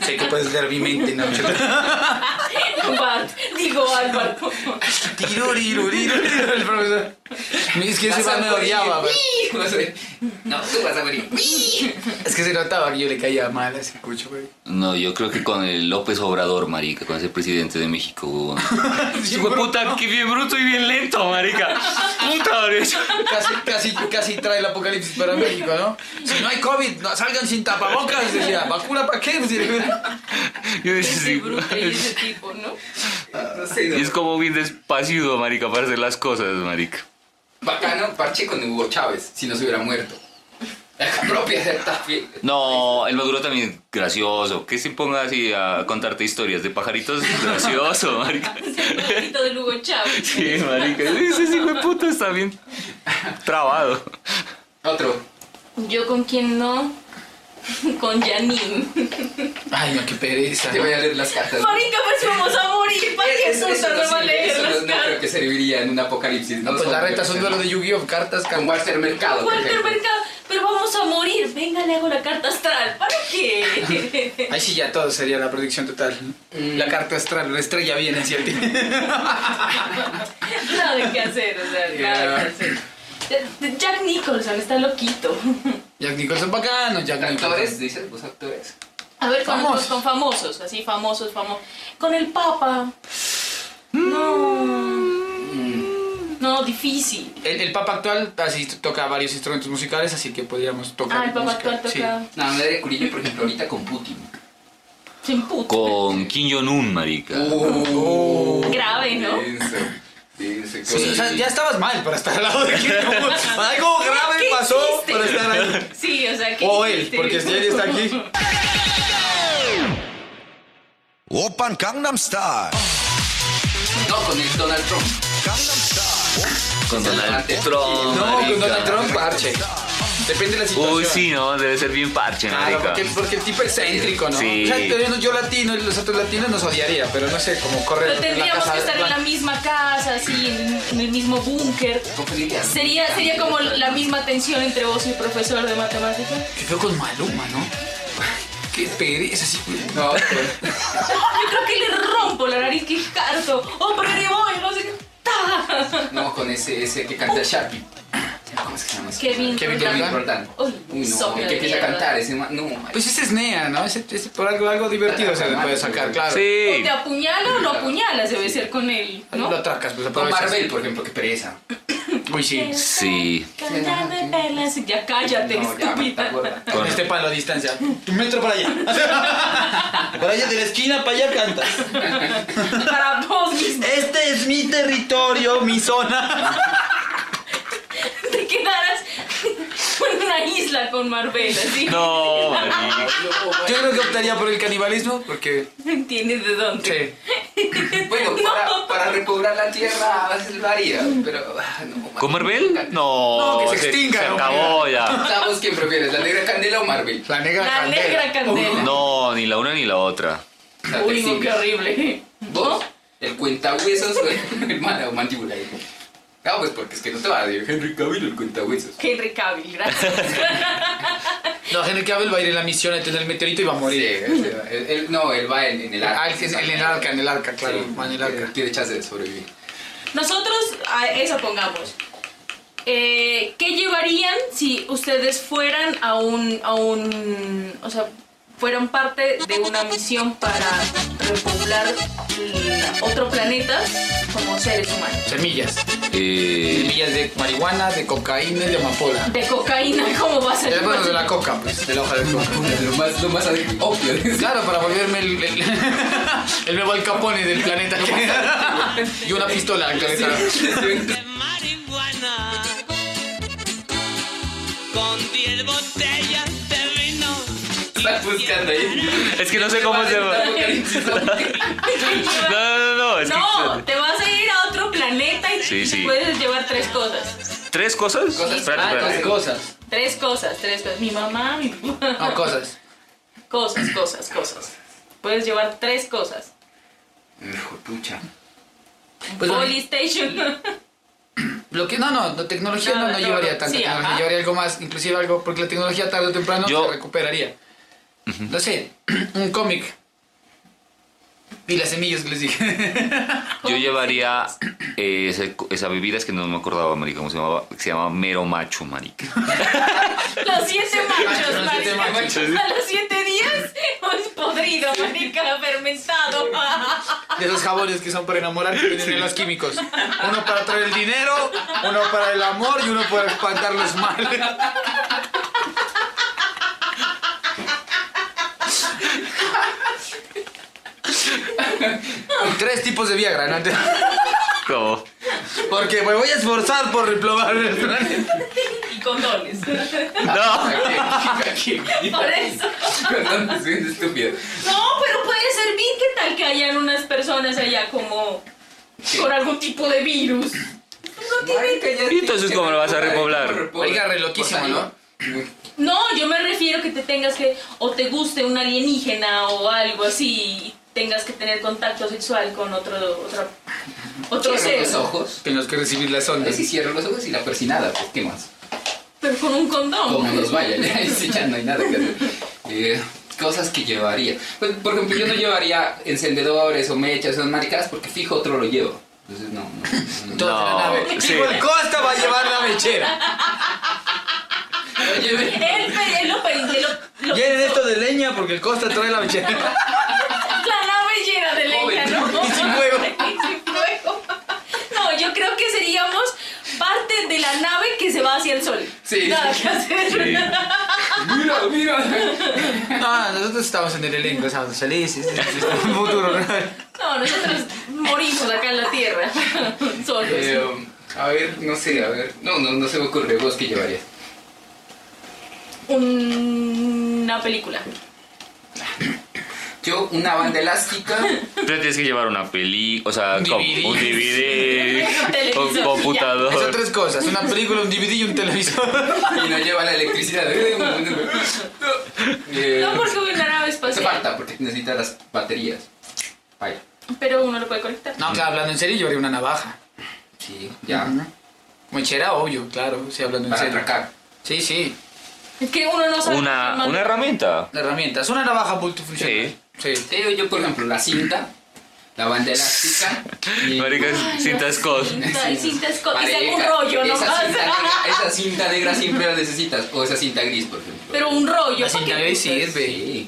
Speaker 3: Sé que puedes leer mi mente, Nacho.
Speaker 1: Bart, digo Álvaro.
Speaker 3: Tiruriruriru, el profesor. Es que ese
Speaker 4: Vas a
Speaker 3: man me
Speaker 4: morir.
Speaker 3: odiaba. güey.
Speaker 4: No sé. No, tú vas a morir.
Speaker 3: Es que se notaba que yo le caía mal a ese cucho, güey.
Speaker 5: No, yo creo que con el López Obrador, marica, con ese presidente de México. huevón.
Speaker 3: Hijo de puta, que bien bruto y bien lento, marica. Puta, casi, casi, casi trae el apocalipsis para México, ¿no? Si no hay COVID, no, salgan sin tapabocas. Decía, ¿vacuna para qué?
Speaker 5: Yo decía, sí,
Speaker 4: pues.
Speaker 1: Ese tipo, ¿no?
Speaker 4: No sé,
Speaker 5: y es como bien despacio, marica, para hacer las cosas, marica.
Speaker 4: Bacano, Ah, parche con Hugo Chávez, si no se hubiera muerto. La propia de Tapia.
Speaker 5: No, el Maduro también gracioso. Que se ponga así a contarte historias de pajaritos, gracioso, marica.
Speaker 1: Maldito del Hugo Chávez.
Speaker 5: Sí, marica. Ese hijo de puta está bien trabado.
Speaker 4: Otro.
Speaker 1: Yo con quien no, con Janine.
Speaker 3: Ay, no, qué pereza.
Speaker 4: Te voy a leer las cartas.
Speaker 1: Marica, pues vamos a morir. ¿Para qué
Speaker 4: Eh, Eso
Speaker 1: asustan?
Speaker 4: no
Speaker 1: No va a
Speaker 4: sirve,
Speaker 1: leer
Speaker 4: eso
Speaker 1: las
Speaker 4: no- no creo
Speaker 1: cartas.
Speaker 4: que serviría en un apocalipsis. No,
Speaker 3: pues la reta es un duelo de
Speaker 4: Yu-Gi-Oh! Cartas con Walter Mercado.
Speaker 1: Walter
Speaker 4: perfecto.
Speaker 1: Mercado, pero vamos a morir. Venga, le hago la carta astral. ¿Para qué?
Speaker 3: Ahí sí ya todo sería la predicción total. La carta astral, la estrella viene hacia ti.
Speaker 1: Nada que hacer, o sea, nada que hacer. Jack Nicholson está loquito.
Speaker 3: Jack Nicholson bacano, Jack Nicholson.
Speaker 4: ¿Actores? ¿Dices vos actores?
Speaker 1: A ver, con,
Speaker 3: Famosos.
Speaker 1: con famosos, así famosos, famosos. Con el Papa.
Speaker 4: Mm.
Speaker 1: No. No, difícil.
Speaker 3: El, el papa actual así toca varios instrumentos musicales, así que podríamos tocar.
Speaker 1: Ah, el Papa actual
Speaker 3: música,
Speaker 1: toca.
Speaker 4: No, Andrea de Curillo, por ejemplo, ahorita con Putin.
Speaker 1: Sin puto.
Speaker 5: Con Kim Jong-un, marica.
Speaker 3: Uh.
Speaker 1: Grave, ¿no?
Speaker 3: Eh, Sí. Sí, o sea, ya estabas mal para estar al lado de Kim Jong-un. Algo grave
Speaker 1: ¿Qué
Speaker 3: pasó
Speaker 1: hiciste?
Speaker 3: para estar ahí.
Speaker 1: Sí, o sea, que. este,
Speaker 3: O él, porque si él está aquí.
Speaker 13: Open Gangnam Style.
Speaker 4: No, con el Donald Trump.
Speaker 5: Con Donald Trump.
Speaker 3: No, con
Speaker 5: marica.
Speaker 3: Donald Trump parche. Depende de la situación.
Speaker 5: Uy, sí, no, debe ser bien parche,
Speaker 3: Claro,
Speaker 5: marica.
Speaker 3: porque, porque el tipo es céntrico, ¿no?
Speaker 5: Sí.
Speaker 3: O sea, pero yo, yo latino y los otros latinos nos odiaría, pero no sé, como correr
Speaker 1: Pero
Speaker 3: pues, en la
Speaker 1: tendríamos
Speaker 3: casa
Speaker 1: que estar en la misma casa, así, en, en el mismo búnker. Sería, sería como la misma tensión entre vos y el profesor de matemáticas.
Speaker 3: Que feo con Maluma, ¿no? Qué pereza, sí. pues,
Speaker 4: No,
Speaker 1: Yo creo que le rompo la nariz, que harto. Oh, pero le voy, no sé qué. ¡Ta!
Speaker 4: no, con ese, ese que canta Sharpie. ¿Cómo es que se llama? ese?
Speaker 1: Kevin
Speaker 4: Kevin
Speaker 1: Roldán.
Speaker 4: Roldán.
Speaker 1: Uy,
Speaker 4: Uy, no,
Speaker 1: soplo de
Speaker 4: el que empieza a
Speaker 1: mierda.
Speaker 4: cantar ese man. No, marica.
Speaker 3: Pues ese es Nea, ¿no? Ese, ese por algo, algo divertido se le puede sacar, claro.
Speaker 1: O te apuñala o lo apuñalas, debe ser con él, ¿no?
Speaker 3: Lo atracas, pues
Speaker 4: Con
Speaker 3: aprovechas.
Speaker 4: Marvel, por ejemplo, que pereza.
Speaker 3: Uy, sí.
Speaker 5: Sí.
Speaker 1: Cantar de perlas. Ya cállate,
Speaker 4: No, ya,
Speaker 1: estúpida.
Speaker 3: Con este palo a distancia. Un metro para allá. para allá de la esquina, para allá cantas.
Speaker 1: Para vos mismo.
Speaker 3: Este es mi territorio, mi zona.
Speaker 1: Te quedarás en una isla con Marvel, ¿sí?
Speaker 5: No,
Speaker 3: Yo creo que optaría por el canibalismo porque.
Speaker 1: ¿Entiendes de dónde?
Speaker 3: Sí.
Speaker 4: Bueno, para, para repoblar la tierra lo haría, pero ah, no.
Speaker 5: ¿Con Marvel? No,
Speaker 3: No, que se extinga,
Speaker 5: Se
Speaker 3: no,
Speaker 5: acabó ya.
Speaker 4: Sabemos quién prefieres, la negra candela o Marvel.
Speaker 3: La negra
Speaker 1: La
Speaker 3: candela.
Speaker 1: negra candela.
Speaker 5: No, ni la una ni la otra.
Speaker 4: La
Speaker 1: Uy, no, qué
Speaker 4: Texinga.
Speaker 1: horrible.
Speaker 4: Vos, el cuentahuesos o el hermana o mandíbula. Ah, pues porque es que no te va a decir Henry Cavill el cuentahuesos.
Speaker 1: Henry Cavill, gracias.
Speaker 3: No, Henry Cavill va a ir en la misión a tener el meteorito y va a morir.
Speaker 4: Sí, sí, él- él- no, él va en, en el arca.
Speaker 3: Ah, el que es- en el arca, en el arca, claro. va en el arca.
Speaker 4: Tiene chance de sobrevivir.
Speaker 1: Nosotros, a eso pongamos. Eh, ¿Qué llevarían si ustedes fueran a un, a un, o sea, fueran parte de una misión para repoblar la- otro planeta como seres humanos?
Speaker 3: Semillas.
Speaker 5: Eh,
Speaker 3: Semillas de marihuana, de cocaína y de amapola.
Speaker 1: De cocaína, ¿cómo va a
Speaker 3: Eh,
Speaker 1: ser?
Speaker 3: Bueno, de la coca, pues, de la hoja de coca.
Speaker 4: Lo más, lo más obvio.
Speaker 3: Claro, para volverme el, el, el nuevo Al Capone del planeta. y una pistola, claro.
Speaker 7: Con 10 botellas de vino.
Speaker 4: Estás buscando ahí.
Speaker 5: es que no sé cómo se va. No, no, no, es
Speaker 1: No,
Speaker 5: que
Speaker 1: te vas a ir a otro planeta y
Speaker 5: Sí, sí.
Speaker 1: puedes llevar tres cosas.
Speaker 5: tres cosas.
Speaker 4: Cosas
Speaker 5: Espérate,
Speaker 4: malas,
Speaker 5: espérate.
Speaker 3: Ah, Cosas.
Speaker 1: Tres cosas, tres cosas. Mi mamá, mi papá.
Speaker 3: No, cosas.
Speaker 1: Cosas, cosas, cosas. Puedes llevar tres cosas.
Speaker 4: Hijo de pucha.
Speaker 3: Pues,
Speaker 1: Polystation.
Speaker 3: Lo que, no, no, no, tecnología no, no
Speaker 1: No, no,
Speaker 3: llevaría
Speaker 1: no,
Speaker 3: tanta
Speaker 1: sí,
Speaker 3: tecnología,
Speaker 1: ajá.
Speaker 3: llevaría algo más, inclusive algo, porque la tecnología tarde o temprano
Speaker 5: Yo-
Speaker 3: se recuperaría. No sé, un cómic. Y las semillas que les dije.
Speaker 5: Yo llevaría eh, ese- esa bebida, es que no me acordaba, marica, cómo se llamaba. que Se llamaba Mero Macho, marica.
Speaker 1: Los siete machos,
Speaker 3: Los siete
Speaker 1: marica.
Speaker 3: machos.
Speaker 1: A los siete días es podrido, marica, fermentado.
Speaker 3: De esos jabones que son para enamorar que vienen en los químicos. Uno para traer el dinero, uno para el amor y uno para espantar los males. Tres tipos de Viagra, ¿no?
Speaker 5: No.
Speaker 3: Porque me voy a esforzar por diplobar el planeta.
Speaker 1: Y condones.
Speaker 4: No.
Speaker 1: Por eso.
Speaker 4: Perdón, soy un estúpido.
Speaker 1: No, pero puede servir que tal que hayan unas personas allá como con algún tipo de virus. No tiene
Speaker 5: ¿Y entonces cómo lo vas a repoblar?
Speaker 3: Oiga, re
Speaker 4: Pues
Speaker 3: loquísimo, ¿no?
Speaker 1: No, yo me refiero que te tengas que o te guste un alienígena o algo así y tengas que tener contacto sexual con otro otra, otro
Speaker 4: Cierro
Speaker 1: ser.
Speaker 4: los ojos.
Speaker 3: Tenemos que recibir las ondas.
Speaker 4: Sí, cierro los ojos y la persinada, pues, ¿qué más?
Speaker 1: Pero con un condón.
Speaker 4: Como nos vaya, ya, sí, ya no hay nada que hacer. Eh, cosas que llevaría. Pues, por ejemplo, yo no llevaría encendedores o mechas o esas maricadas porque fijo otro lo llevo. Entonces, no, no. no,
Speaker 3: Toda la nave.
Speaker 4: sí.
Speaker 3: Digo, el Costa va a llevar la mechera.
Speaker 4: Oye,
Speaker 1: Él, pe- él lo, pe- él lo- lo-
Speaker 3: Llenen esto de leña porque el Costa trae la mechera.
Speaker 1: La nave llena de leña,
Speaker 3: Joven,
Speaker 1: ¿no?
Speaker 3: y sin fuego.
Speaker 1: Y sin fuego. No, yo creo que seríamos parte de la nave que se va hacia el sol.
Speaker 3: Sí.
Speaker 1: Nada que hacer.
Speaker 3: Sí.
Speaker 4: Mira, mira.
Speaker 3: Ah, nosotros estamos en el elenco, estamos felices. Es un futuro.
Speaker 1: No, nosotros morimos acá en la tierra. Solos.
Speaker 4: Eh, a ver, no sé, a ver. No, no, no se me ocurre. ¿Vos qué llevarías?
Speaker 1: Un- Una película.
Speaker 4: Yo, una banda elástica.
Speaker 5: Pero tienes que llevar una peli, o sea, com-
Speaker 3: DVD.
Speaker 5: un DVD,
Speaker 1: Televisor,
Speaker 5: un
Speaker 1: ya.
Speaker 3: Esas
Speaker 5: computador.
Speaker 3: tres cosas, una película, un DVD y un televisor.
Speaker 4: Y no lleva la electricidad. Eh,
Speaker 1: No porque hubo una nave
Speaker 4: hace
Speaker 1: espacial,
Speaker 4: falta porque necesita las baterías. Vaya.
Speaker 1: pero uno lo puede conectar.
Speaker 3: No, claro, hablando en serio, yo haría una navaja.
Speaker 4: Sí, ya.
Speaker 3: Ujú. Mechera, obvio, claro, sí, hablando en
Speaker 4: Para
Speaker 3: serio.
Speaker 4: atracar.
Speaker 3: Sí, sí,
Speaker 1: Es que uno no sabe. quién
Speaker 5: Una,
Speaker 1: manda.
Speaker 5: una herramienta.
Speaker 3: la herramienta. Es una navaja multifuncional. Sí. sí.
Speaker 4: Sí, yo, por ejemplo, la cinta, la banda elástica. y-
Speaker 5: Maricas,
Speaker 1: Ay,
Speaker 5: cintas cos.
Speaker 1: Cinta, y cinta es co- y
Speaker 4: Pareja,
Speaker 1: sea un rollo
Speaker 4: esa
Speaker 1: nomás.
Speaker 4: Cinta negra, esa cinta negra siempre la necesitas. O esa cinta gris, por ejemplo.
Speaker 1: Pero un rollo.
Speaker 3: La cinta
Speaker 1: ¿pa' qué
Speaker 3: gay
Speaker 1: putas?
Speaker 3: sirve.
Speaker 4: Sí.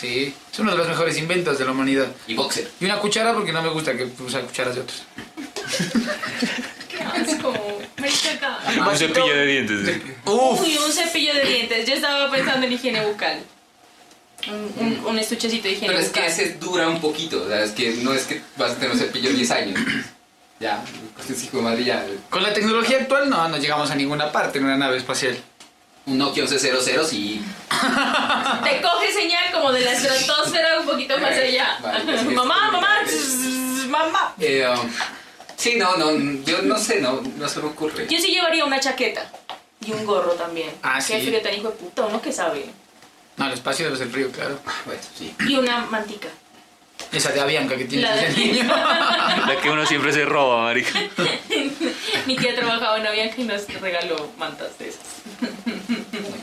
Speaker 3: Sí, es uno de los mejores inventos de la humanidad.
Speaker 4: Y boxer.
Speaker 3: Y una cuchara porque no me gusta que usar cucharas de otros.
Speaker 1: Qué asco. Marica, acá.
Speaker 5: Un cepillo de dientes.
Speaker 3: Uf,
Speaker 1: Uy, un cepillo de dientes. Yo estaba pensando en higiene bucal. Un, un- un estuchecito de higiene
Speaker 4: Pero es
Speaker 1: bucal.
Speaker 4: que ese dura un poquito. O sea, es que no es que vas a tener un cepillo 10 años. Ya, con ese hijo de madre ya.
Speaker 3: con la tecnología actual no, no llegamos a ninguna parte en una nave espacial.
Speaker 4: Un Nokia 1100 sí.
Speaker 1: Te coge señal como de la estratosfera un poquito más allá.
Speaker 4: Vale, es que
Speaker 1: mamá,
Speaker 4: es-
Speaker 1: mamá, tss, mamá.
Speaker 4: Eh, um, sí, no, no, yo no sé, no, no se me ocurre.
Speaker 1: Yo sí llevaría una chaqueta y un gorro también.
Speaker 3: Ah,
Speaker 1: Qué
Speaker 3: sí.
Speaker 1: frío tan hijo de puta, uno que sabe.
Speaker 3: No, el espacio debe ser frío, claro.
Speaker 4: Bueno, sí.
Speaker 1: Y una mantica.
Speaker 3: Esa de Avianca que tiene
Speaker 1: La de-
Speaker 3: ese niño.
Speaker 5: La que uno siempre se roba, marica.
Speaker 1: Mi tía trabajaba en Avianca y nos regaló mantas de esas.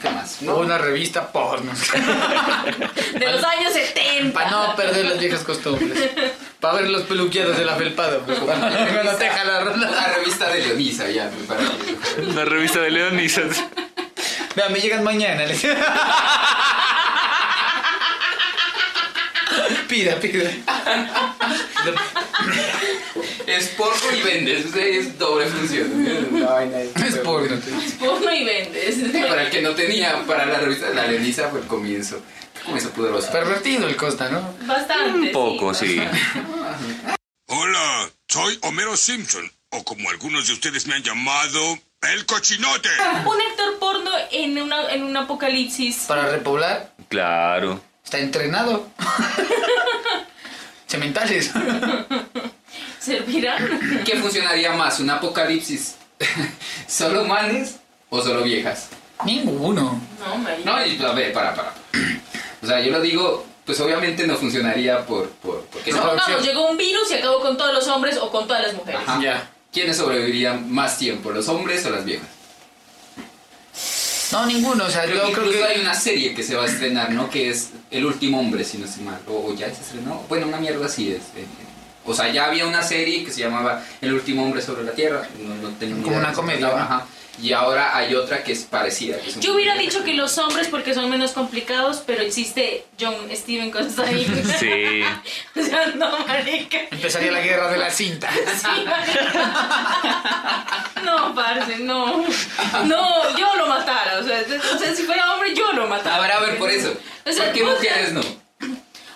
Speaker 4: ¿Qué más?
Speaker 3: O una revista porno.
Speaker 1: De los años 70.
Speaker 3: Para no perder las viejas costumbres. Para ver los peluqueados del afelpado. Cuando te jala la rola.
Speaker 4: Una revista de Leonisa, ya, me parece.
Speaker 5: Una revista de Leonisas.
Speaker 3: Vea, me llegan mañana. le- pida, pida.
Speaker 4: Es porno y vendes, o sea, es doble función. No,
Speaker 3: Es porno.
Speaker 1: Porno y vendes.
Speaker 4: Para el que no tenía, para la revista de la Leonisa fue el comienzo. Qué comienzo pudoroso.
Speaker 3: Pervertido el Costa, ¿no?
Speaker 1: Bastante.
Speaker 5: Un poco, sí.
Speaker 9: Hola, soy Homero Simpson, o como algunos de ustedes me han llamado, el cochinote.
Speaker 1: Un actor porno en, una, en un apocalipsis.
Speaker 3: Para repoblar,
Speaker 5: Claro.
Speaker 3: está entrenado. Cementales.
Speaker 1: ¿Servirá?
Speaker 4: ¿Qué funcionaría más, un apocalipsis? ¿Solo manes o solo viejas?
Speaker 3: Ninguno.
Speaker 1: No, María.
Speaker 4: No, y a ver, para, para. O sea, yo lo digo, pues obviamente no funcionaría por... por porque no.
Speaker 1: Vamos, llegó un virus y acabó con todos los hombres o con todas las mujeres.
Speaker 4: Ajá.
Speaker 3: Ya.
Speaker 4: ¿Quiénes sobrevivirían más tiempo, los hombres o las viejas?
Speaker 3: No, ninguno. O sea,
Speaker 4: Creo
Speaker 3: yo
Speaker 4: que
Speaker 3: creo
Speaker 4: incluso hay
Speaker 3: que.
Speaker 4: una serie que se va a estrenar, ¿no? Que es El último hombre, si no estoy mal. O, o ya se estrenó. Bueno, una mierda así es. eh, eh. O sea, ya había una serie que se llamaba El último hombre sobre la tierra. No, no tengo ni
Speaker 3: Como
Speaker 4: idea
Speaker 3: una
Speaker 4: de qué se
Speaker 3: comedia,
Speaker 4: trataba,
Speaker 3: ¿no?
Speaker 4: ajá. Y ahora hay otra que es parecida. que es un-
Speaker 1: Yo hubiera dicho que los hombres porque son menos complicados, pero existe John Steven Constantine.
Speaker 5: Sí.
Speaker 1: o sea, no, marica.
Speaker 3: Empezaría la guerra de la cinta.
Speaker 1: Sí, marica. No, parce, no. No, yo lo matara. O sea, o sea, si fuera hombre, yo lo matara.
Speaker 4: Habrá a Ah, ver por eso.
Speaker 1: O sea,
Speaker 4: ¿Por qué
Speaker 1: puta.
Speaker 4: mujeres no?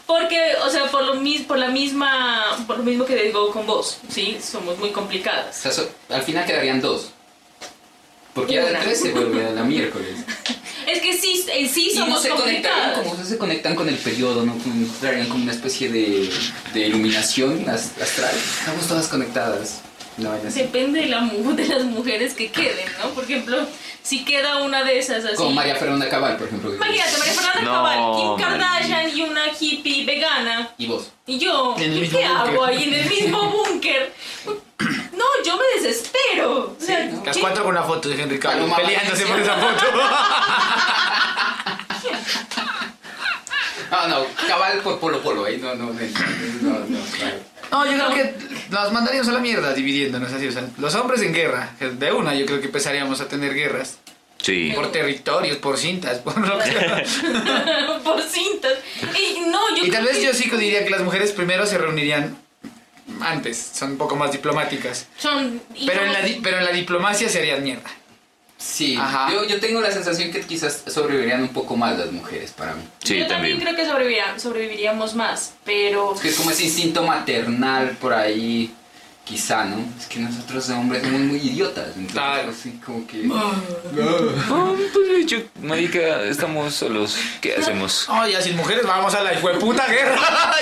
Speaker 1: Porque, o sea, por lo, mis- por la misma, por lo mismo que digo con vos, ¿sí? Somos muy complicadas.
Speaker 4: O sea, so- al final quedarían dos. Porque ya de
Speaker 1: Una.
Speaker 4: tres se vuelve a la miércoles.
Speaker 1: Es que sí, en sí
Speaker 4: Y no
Speaker 1: somos
Speaker 4: se conectarían
Speaker 1: complicadas.
Speaker 4: como no se conectan con el periodo, no Como- entrarían como una especie de, de iluminación as- astral. Estamos todas conectadas. Una vaina así.
Speaker 1: Depende de, la, mu- de las mujeres que queden, ¿no? Por ejemplo, si queda una de esas así.
Speaker 4: Como María Fernanda Cabal, por ejemplo.
Speaker 1: Imagínate, María Fernanda
Speaker 4: No,
Speaker 1: Cabal, Kim Kardashian y una hippie vegana.
Speaker 4: Y vos.
Speaker 1: Y yo,
Speaker 4: En el
Speaker 1: ¿y
Speaker 4: mismo
Speaker 1: qué hago
Speaker 4: búnker.
Speaker 1: ahí en el mismo búnker? No, yo me desespero. O sea,
Speaker 3: Las
Speaker 1: ¿qué-
Speaker 3: cuatro con una foto de Henry Cavill
Speaker 4: Paloma
Speaker 3: peleándose por esa
Speaker 4: Valencia.
Speaker 3: foto.
Speaker 4: No, no, Cabal por Polo Polo, ahí no, no, no, no, no, no.
Speaker 3: No, yo creo que nos mandaríamos a la mierda dividiéndonos así. O sea, los hombres en guerra. De una, yo creo que empezaríamos a tener guerras.
Speaker 5: Sí.
Speaker 3: Por territorios, por cintas, por lo que.
Speaker 1: por cintas. Y no, yo
Speaker 3: Y tal
Speaker 1: creo
Speaker 3: vez
Speaker 1: que
Speaker 3: yo sí diría que las mujeres primero se reunirían antes. Son un poco más diplomáticas.
Speaker 1: son- y
Speaker 3: Pero en
Speaker 1: no-
Speaker 3: la, di- pero en la diplomacia se harían mierda.
Speaker 4: Sí, yo, yo tengo la sensación que quizás sobrevivirían un poco más las mujeres para mí.
Speaker 1: yo también, creo que sobrevivirá- sobreviviríamos más, pero...
Speaker 4: Es que es como ese instinto maternal por ahí, quizá, ¿no? Es que nosotros de hombres somos muy idiotas. Entonces, así como que...
Speaker 5: No, pues yo, marica, estamos solos. ¿Qué hacemos?
Speaker 3: No, ya sin mujeres vamos a la hijueputa guerra.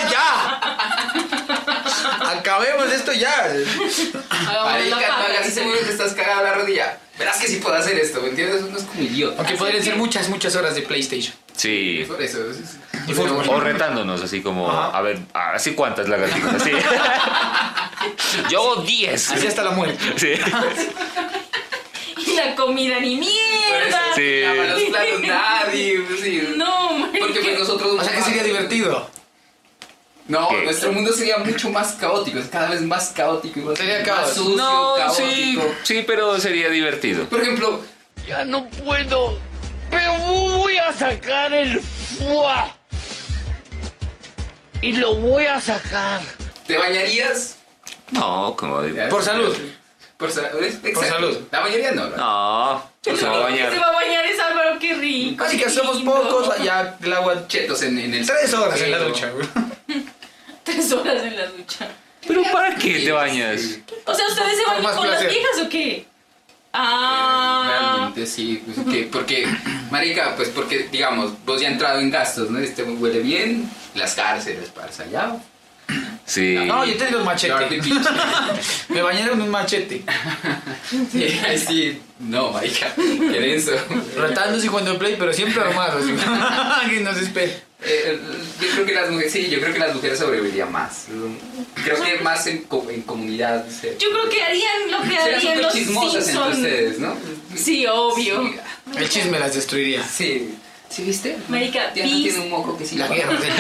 Speaker 3: ¡Ya! Acabemos esto ya.
Speaker 4: Marica, no hagas ese movimiento que estás cagada la rodilla. Verás que sí puedo hacer esto, ¿me entiendes? Uno es como idiota.
Speaker 3: Aunque podrían ser muchas, muchas horas de PlayStation.
Speaker 5: Sí.
Speaker 4: Por eso, es- es-
Speaker 5: O retándonos, así como, a ver, así cuántas lagartijas. Sí. Yo hago 10.
Speaker 3: Así hasta la muerte.
Speaker 5: Sí.
Speaker 1: Y la comida ni mierda.
Speaker 5: Por
Speaker 3: eh,
Speaker 5: eso,
Speaker 4: lava los platos nadie,
Speaker 1: No, marica.
Speaker 4: Porque pues nosotros...
Speaker 3: O sea que sería divertido.
Speaker 4: No,
Speaker 3: ¿Qué?
Speaker 4: nuestro mundo sería mucho más caótico, es cada vez más caótico y más,
Speaker 3: Sería
Speaker 4: más
Speaker 3: caos.
Speaker 4: sucio,
Speaker 5: No, sí,
Speaker 4: caótico.
Speaker 5: sí, pero sería divertido.
Speaker 4: Por ejemplo,
Speaker 7: Ya no puedo. Pero voy a sacar el fuá. Y lo voy a sacar.
Speaker 4: ¿te bañarías?
Speaker 5: No, como de...
Speaker 4: Por salud. Por, sa- es- exacto.
Speaker 5: salud.
Speaker 4: La mayoría no. ¿verdad?
Speaker 5: No,
Speaker 1: El
Speaker 5: se va a
Speaker 1: único
Speaker 5: bañar.
Speaker 1: que se va a bañar es Álvaro, qué rico.
Speaker 3: Así que
Speaker 1: qué
Speaker 3: somos
Speaker 1: lindo.
Speaker 3: pocos, ya el agua.
Speaker 4: Chetos en, en el.
Speaker 3: Tres horas en la ducha, güey.
Speaker 1: Tres horas en la ducha.
Speaker 5: ¿Pero para qué te bañas?
Speaker 1: O sea, ¿ustedes se
Speaker 4: Por
Speaker 1: bañan
Speaker 4: más
Speaker 1: con las
Speaker 4: placer.
Speaker 1: viejas o qué? Ah...
Speaker 4: Realmente sí, pues, que- porque, marica, pues porque, digamos, vos ya has entrado en gastos, ¿no? Este huele bien, las cárceles, para allá.
Speaker 5: Sí.
Speaker 3: No, yo tengo un machete. Me bañaron en un machete.
Speaker 4: Sí, ahí sí, no, marica, qué denso.
Speaker 3: Retándose y jugando play, pero siempre armados. Alguien nos espera.
Speaker 4: Eh, yo creo que las mujeres, sí, yo creo que las mujeres sobrevivirían más. Creo que más en, co- en comunidad. se-
Speaker 1: Yo creo que harían lo que
Speaker 4: Serán
Speaker 1: harían
Speaker 4: súper
Speaker 1: los
Speaker 4: chismosas entre
Speaker 1: Simpsons.
Speaker 4: ustedes, ¿no?
Speaker 1: Sí, obvio.
Speaker 3: El chisme las destruiría.
Speaker 4: Sí. ¿Sí viste?
Speaker 1: Marica,
Speaker 4: Diana
Speaker 1: bis-
Speaker 4: tiene un moco que sí.
Speaker 3: La guerra del,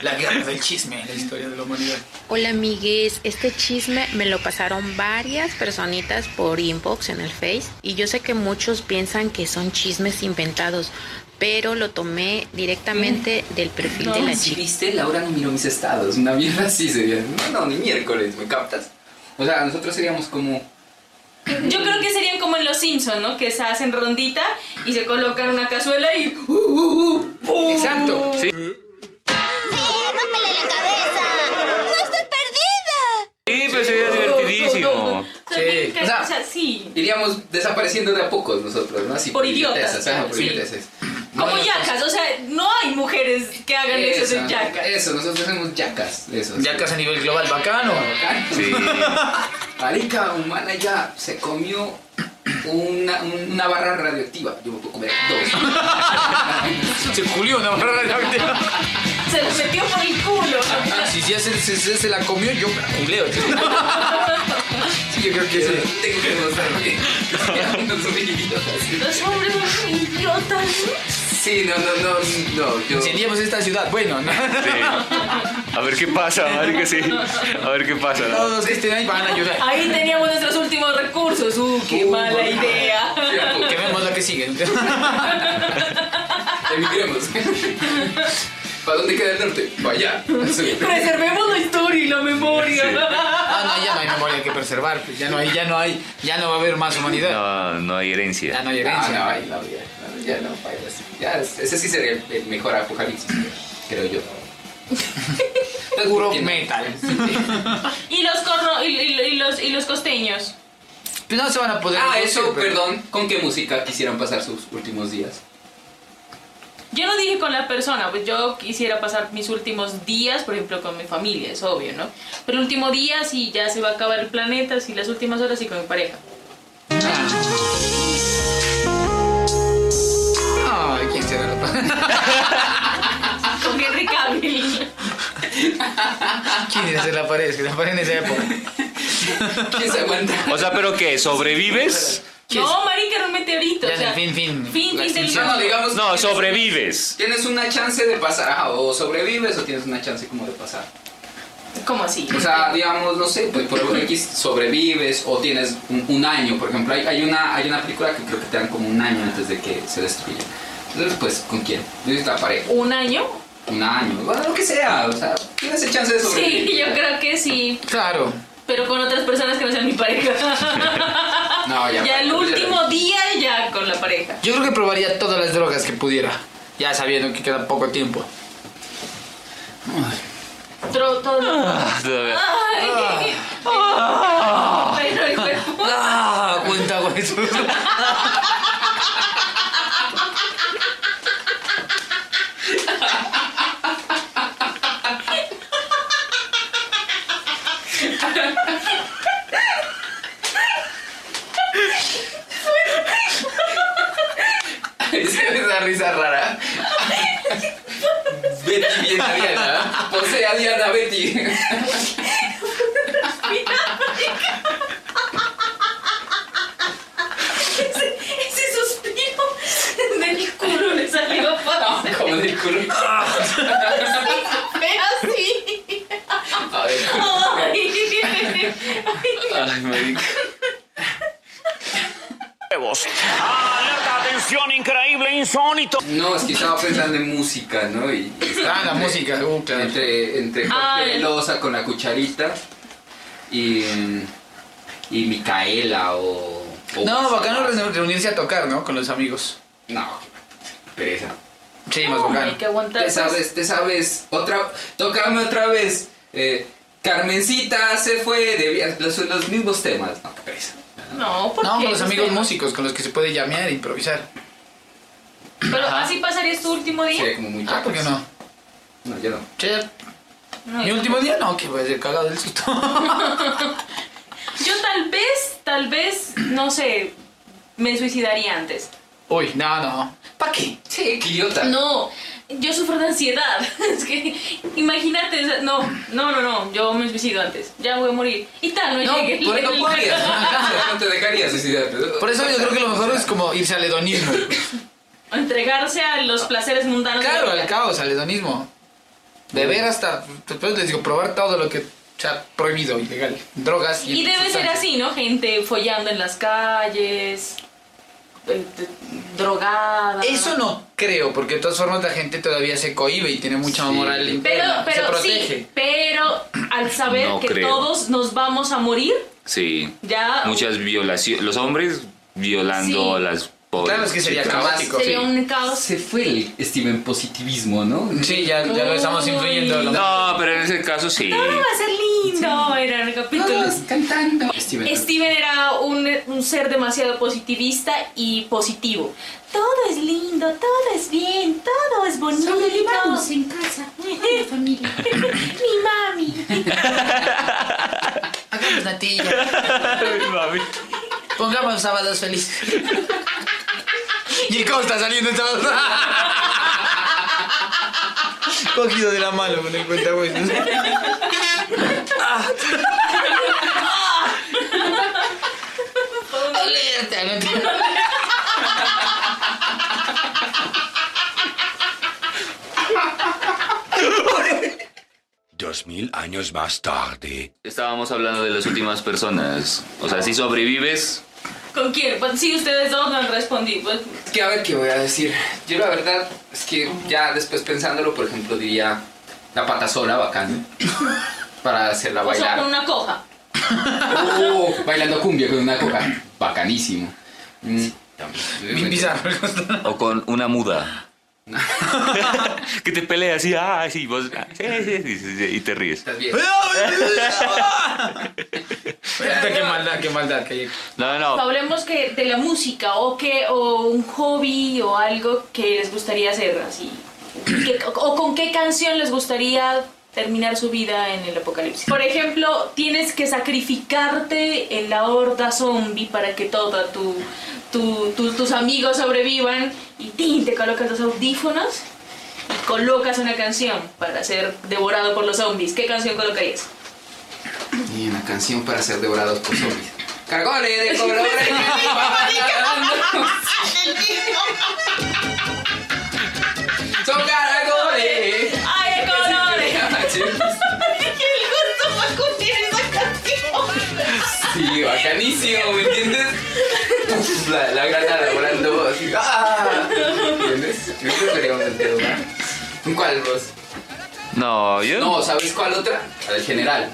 Speaker 3: la guerra del chisme, la historia de la humanidad.
Speaker 14: Hola amigues, este chisme me lo pasaron varias personitas por inbox en el Face y yo sé que muchos piensan que son chismes inventados, pero lo tomé directamente del perfil de la
Speaker 4: si
Speaker 14: chica.
Speaker 4: viste, Laura no miró mis estados. Una mierda así sería. No, no, ni miércoles, ¿me captas? O sea, nosotros seríamos como.
Speaker 1: Yo creo que serían como en los Simpsons, ¿no? Que se hacen rondita y se colocan una cazuela y. ¡uh, uh, uh! ¡pum!
Speaker 4: Exacto.
Speaker 5: Sí.
Speaker 6: ¡No estoy perdida!
Speaker 5: Sí, pero sería
Speaker 1: uh,
Speaker 5: divertidísimo.
Speaker 4: Sí.
Speaker 1: O sea, sí.
Speaker 4: Iríamos desapareciendo de a pocos nosotros, ¿no? Así
Speaker 1: Por idiotas,
Speaker 4: idiotezas, ajá, por
Speaker 1: sí.
Speaker 4: idioteces.
Speaker 1: Como
Speaker 4: no,
Speaker 1: yacas, o sea, no hay mujeres que hagan eso, de
Speaker 4: Eso,
Speaker 1: yacas.
Speaker 4: Eso, nosotros somos yacas. Eso.
Speaker 3: Yacas a nivel global, bacano.
Speaker 5: Sí.
Speaker 4: Marica humana ya se comió una, una barra radioactiva. Yo me puedo comer dos.
Speaker 3: se culió una barra radioactiva.
Speaker 1: Se lo metió por el culo.
Speaker 3: Si ya se, se- se- se la comió, yo me la culeo. Sí, yo creo que sí.
Speaker 4: Tengo que mostrarme. No soy idiota.
Speaker 1: Los hombres son idiotas.
Speaker 4: Sí, no, no, no, no. Yo...
Speaker 3: Incendiamos esta ciudad. Bueno, ¿no?
Speaker 5: A ver qué pasa, marica, sí. A ver qué pasa. ¿no?
Speaker 3: todos los que estén ahí van a ayudar.
Speaker 1: Ahí teníamos nuestros últimos recursos. ¡Uh, qué mala idea!
Speaker 3: Quememos la que sigue.
Speaker 4: Emigremos. ¿Para dónde queda el norte? Para allá. al sur.
Speaker 1: Preservemos la historia y la memoria.
Speaker 3: Ah, no, ya no hay memoria que preservar. pues, Ya no hay, ya no hay, ya no va a haber más humanidad.
Speaker 5: No, no hay herencia.
Speaker 3: Ya no hay herencia.
Speaker 4: Ah, No, no, ahí no, ya, no, ya no, bailas. Ya, ese sí sería el el mejor apocalipsis, creo yo.
Speaker 3: Puro metal.
Speaker 1: Y los, corro, y, y- y los, y los costeños.
Speaker 3: Pues no se van a poder.
Speaker 4: Ah,
Speaker 3: reproducir,
Speaker 4: eso,
Speaker 3: pero-
Speaker 4: perdón. ¿Con qué música quisieran pasar sus últimos días?
Speaker 1: Yo no dije con la persona, pues yo quisiera pasar mis últimos días, por ejemplo, con mi familia, es obvio, ¿no? Pero el último día, si ya se va a acabar el planeta, si las últimas horas, sí con mi pareja.
Speaker 3: Ay, quién será la
Speaker 1: Con Henry Cavill.
Speaker 3: ¿Quién era ese la pared? Que la pared en esa época.
Speaker 4: ¿Quién se aguanta?
Speaker 5: O sea, ¿pero qué? ¿Sobrevives?
Speaker 1: No, marica, era un meteorito. o sea,
Speaker 3: fin, fin.
Speaker 1: fin,
Speaker 4: La
Speaker 1: fin del
Speaker 4: extinción. No, digamos-
Speaker 5: No, sobrevives.
Speaker 4: Tienes una chance de pasar, ajá, o sobrevives o tienes una chance como de pasar.
Speaker 1: ¿Cómo así?
Speaker 4: O sea, digamos, no sé, pues por ejemplo, X sobrevives o tienes un, un año, por ejemplo, hay, hay una, hay una película que creo que te dan como un año antes de que se destruya. Entonces, pues, ¿con quién? Yo dije la pareja,
Speaker 1: ¿Un año?
Speaker 4: un año, bueno, lo que sea, o sea, tienes el chance de sobrevivir.
Speaker 1: Sí, yo creo que sí.
Speaker 3: Claro.
Speaker 1: Pero con otras personas que no sean mi pareja.
Speaker 3: No, ya-
Speaker 1: el último día ya con la pareja.
Speaker 3: Yo creo que probaría todas las drogas que pudiera. Ya sabiendo que queda poco tiempo.
Speaker 1: Tro- todo-
Speaker 3: Ah.
Speaker 1: Ay, Pero el cuerpo-
Speaker 3: Ah, cuenta con eso.
Speaker 4: Esa risa rara. Betty bien a Diana. Posee a Diana Betty.
Speaker 1: ese, ese suspiro del culo le salió fácil.
Speaker 4: Como del culo.
Speaker 1: Así. Ay.
Speaker 5: Ay, marica.
Speaker 10: Huevos. Alerta, atención, increíble, insólito.
Speaker 4: No, es que estaba pensando en música, ¿no? Y,
Speaker 3: Ah, la música, uh, claro.
Speaker 4: Entre, entre
Speaker 1: Ah,
Speaker 4: Jorge
Speaker 1: el-
Speaker 4: Velosa con la cucharita y, y Micaela o. o-
Speaker 3: No, bacano reunir- reunirse a tocar, ¿no? Con los amigos.
Speaker 4: No, pereza.
Speaker 3: Sí, más bacano.
Speaker 1: Hay que aguantar. pues.
Speaker 4: Te sabes, te sabes. Otra, tócame otra vez. eh, Carmencita se fue de viaje. Los, los mismos temas. No, qué pereza.
Speaker 1: No, porque
Speaker 3: No, con los
Speaker 1: eso
Speaker 3: amigos
Speaker 1: es-
Speaker 3: músicos, con los que se puede llamear e improvisar.
Speaker 1: Pero así pasaría tu último día.
Speaker 4: Sí, como muy
Speaker 3: Ah, ¿por qué no?
Speaker 4: No, yo no.
Speaker 3: Che,
Speaker 1: No,
Speaker 3: mi
Speaker 1: yo
Speaker 3: último día no, que voy a ser cagado del susto.
Speaker 1: Yo tal vez, tal vez, no sé, me suicidaría antes.
Speaker 3: Uy, no, no. ¿Para qué?
Speaker 4: Sí, qué idiota.
Speaker 1: No, yo sufro de ansiedad. Es que, imagínate, o sea, no, no, no, no, yo me suicido antes. Ya voy a morir. Y tal, no,
Speaker 3: No,
Speaker 1: llegué.
Speaker 3: por ahí no podrías,
Speaker 4: No te dejaría suicidarte.
Speaker 3: Por eso yo creo que lo mejor es como irse al hedonismo.
Speaker 1: Entregarse a los placeres mundanos. de la
Speaker 3: Claro,
Speaker 1: vida.
Speaker 3: al caos, al hedonismo. Beber hasta, después les digo, probar todo lo que sea prohibido, ilegal. Drogas y...
Speaker 1: Y debe ser
Speaker 3: sustancias.
Speaker 1: así, ¿no? Gente follando en las calles, eh, d- drogada.
Speaker 3: Eso no creo, porque de todas formas la gente todavía se cohíbe y tiene mucha moral
Speaker 1: Pero,
Speaker 3: interna, se
Speaker 1: pero
Speaker 3: protege.
Speaker 1: sí, pero al saber
Speaker 5: No
Speaker 1: que
Speaker 5: creo.
Speaker 1: todos nos vamos a morir,
Speaker 5: Sí.
Speaker 1: ya
Speaker 5: Muchas violaciones. Los hombres violando a
Speaker 1: Sí.
Speaker 5: las pobres.
Speaker 3: Claro, es que sería
Speaker 5: chicas.
Speaker 3: caótico.
Speaker 1: sería un caos.
Speaker 4: Se fue el Steven positivismo, ¿no?
Speaker 3: Sí, ya, ya lo estamos
Speaker 1: Uy.
Speaker 3: influyendo. la-
Speaker 5: No, pero en ese caso sí.
Speaker 1: Todo va a ser lindo, era el capítulo.
Speaker 4: cantando. Steven.
Speaker 1: Steven era un, un ser demasiado positivista y positivo. Todo es lindo, todo es bien, todo es bonito.
Speaker 11: Sobrevivamos en casa, con la familia.
Speaker 1: Mi mami.
Speaker 3: Hagamos natilla. Pongamos sábados felices. y el cómo está saliendo en sábados. Cogido de la mano con el cuentabuesos. Alerta, no te-
Speaker 15: Dos mil años más tarde.
Speaker 5: Estábamos hablando de las últimas personas. O sea, si sobrevives,
Speaker 1: ¿Con quién? Pues sí, ustedes dos no han respondido. Pues,
Speaker 4: Es que a ver qué voy a decir. Yo la verdad es que ya después pensándolo, por ejemplo, diría la pata sola, bacán. Para hacerla
Speaker 1: o sea,
Speaker 4: bailar.
Speaker 1: con una coja.
Speaker 4: Oh, bailando cumbia con una coca. Bacanísimo. Mm.
Speaker 3: Bien bizarro.
Speaker 5: o con una muda. que te peleas y, ah, sí, vos, ah, sí, sí, sí, sí, sí, y te ríes.
Speaker 3: qué maldad, qué maldad. Que...
Speaker 5: No, no,
Speaker 1: Hablemos que de la música o que o un hobby o algo que les gustaría hacer así. Que- o- o con qué canción les gustaría terminar su vida en el apocalipsis. Por ejemplo, tienes que sacrificarte en la horda zombie para que toda tu, tu- tu- tus amigos sobrevivan y tin, te colocas los audífonos y colocas una canción para ser devorado por los zombies. ¿Qué canción colocarías?
Speaker 4: Y una canción para ser devorados por zombies.
Speaker 6: ¡Cargoles
Speaker 4: de colores!
Speaker 6: ¡Son
Speaker 4: caracoles!
Speaker 6: ¡Ay, de colores!
Speaker 4: Sí.
Speaker 6: ¡Qué gusto fue escuchar esa canción!
Speaker 4: Sí, bacanísimo, ¿me entiendes? Uf, la, la granada volando así. ¡Ah! ¿Entiendes? Yo creo que haríamos el dedo, ¿no? ¿Cuál vos?
Speaker 5: no, yo.
Speaker 4: No, ¿sabes cuál otra? La del general.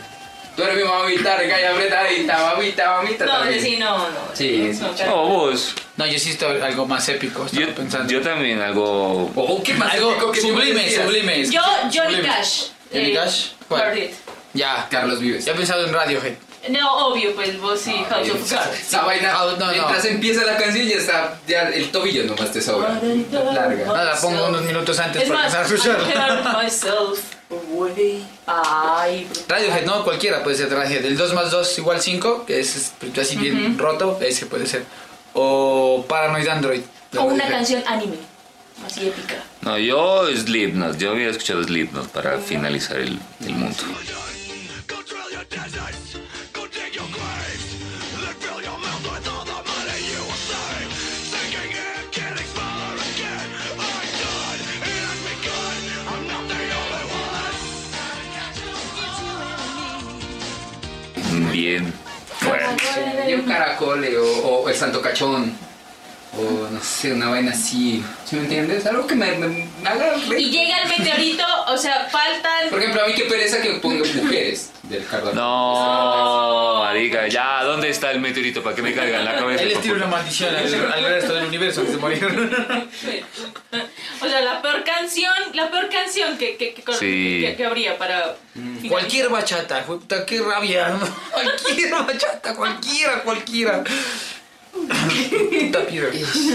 Speaker 4: Tú eres mi mamita, recaya apretadita, mamita, mamita.
Speaker 1: No,
Speaker 4: también.
Speaker 1: sí, no, no.
Speaker 4: Sí, sí.
Speaker 3: Oh.
Speaker 5: No, vos.
Speaker 3: No, yo hiciste algo más épico, estaba pensando.
Speaker 5: Yo también algo.
Speaker 3: Algo
Speaker 4: tú
Speaker 3: sublime,
Speaker 4: decías?
Speaker 3: sublime.
Speaker 1: Yo, Johnny
Speaker 3: Sublime.
Speaker 1: Cash.
Speaker 3: ¿Johnny
Speaker 1: eh,
Speaker 3: Cash? ¿Cuál?
Speaker 1: Hurt It.
Speaker 3: Ya.
Speaker 4: Carlos Vives.
Speaker 3: Ya he pensado en Radiohead.
Speaker 1: No, obvio, pues vos sí,
Speaker 3: Ah,
Speaker 1: House of Cards.
Speaker 4: Esa vaina,
Speaker 3: no.
Speaker 4: mientras empieza la canción ya está, ya el tobillo nomás te sobra. Larga.
Speaker 3: Nada, la pongo unos minutos antes
Speaker 1: Es
Speaker 3: para
Speaker 1: más,
Speaker 3: empezar a
Speaker 1: I
Speaker 3: escucharla.
Speaker 1: turned myself away. Ay,
Speaker 3: Radiohead, no, cualquiera puede ser Radiohead. El 2 más 2 igual 5, que es es así bien roto, ese puede ser. O Paranoid Android. de
Speaker 1: O una
Speaker 3: Radiohead.
Speaker 1: canción anime, así épica.
Speaker 5: No, yo Slipknot. Yo había escuchado Slipknot para finalizar el, el mundo.
Speaker 4: Bien.
Speaker 1: Fuerte.
Speaker 4: Y un caracole o, o el santo cachón. O no sé, una vaina así. ¿Sí me entiendes? Algo que me, me- me haga
Speaker 1: Y
Speaker 4: reír.
Speaker 1: llega el meteorito, o sea, faltan.
Speaker 4: Por ejemplo, a mí qué pereza que ponga mujeres del jardín.
Speaker 5: No, marica, ya, ¿dónde está el meteorito? ¿Para que me caiga en la cabeza?
Speaker 3: Él les
Speaker 5: por
Speaker 3: tira una
Speaker 5: favor?
Speaker 3: maldición al, al resto del universo que se murieron.
Speaker 1: O sea, la peor canción, la peor canción que, que, que,
Speaker 3: Sí.
Speaker 1: que- que habría para.
Speaker 3: Cualquier bachata, güey, puta, qué rabia. ¿no? Cualquier bachata, cualquiera, cualquiera. Puta piedra.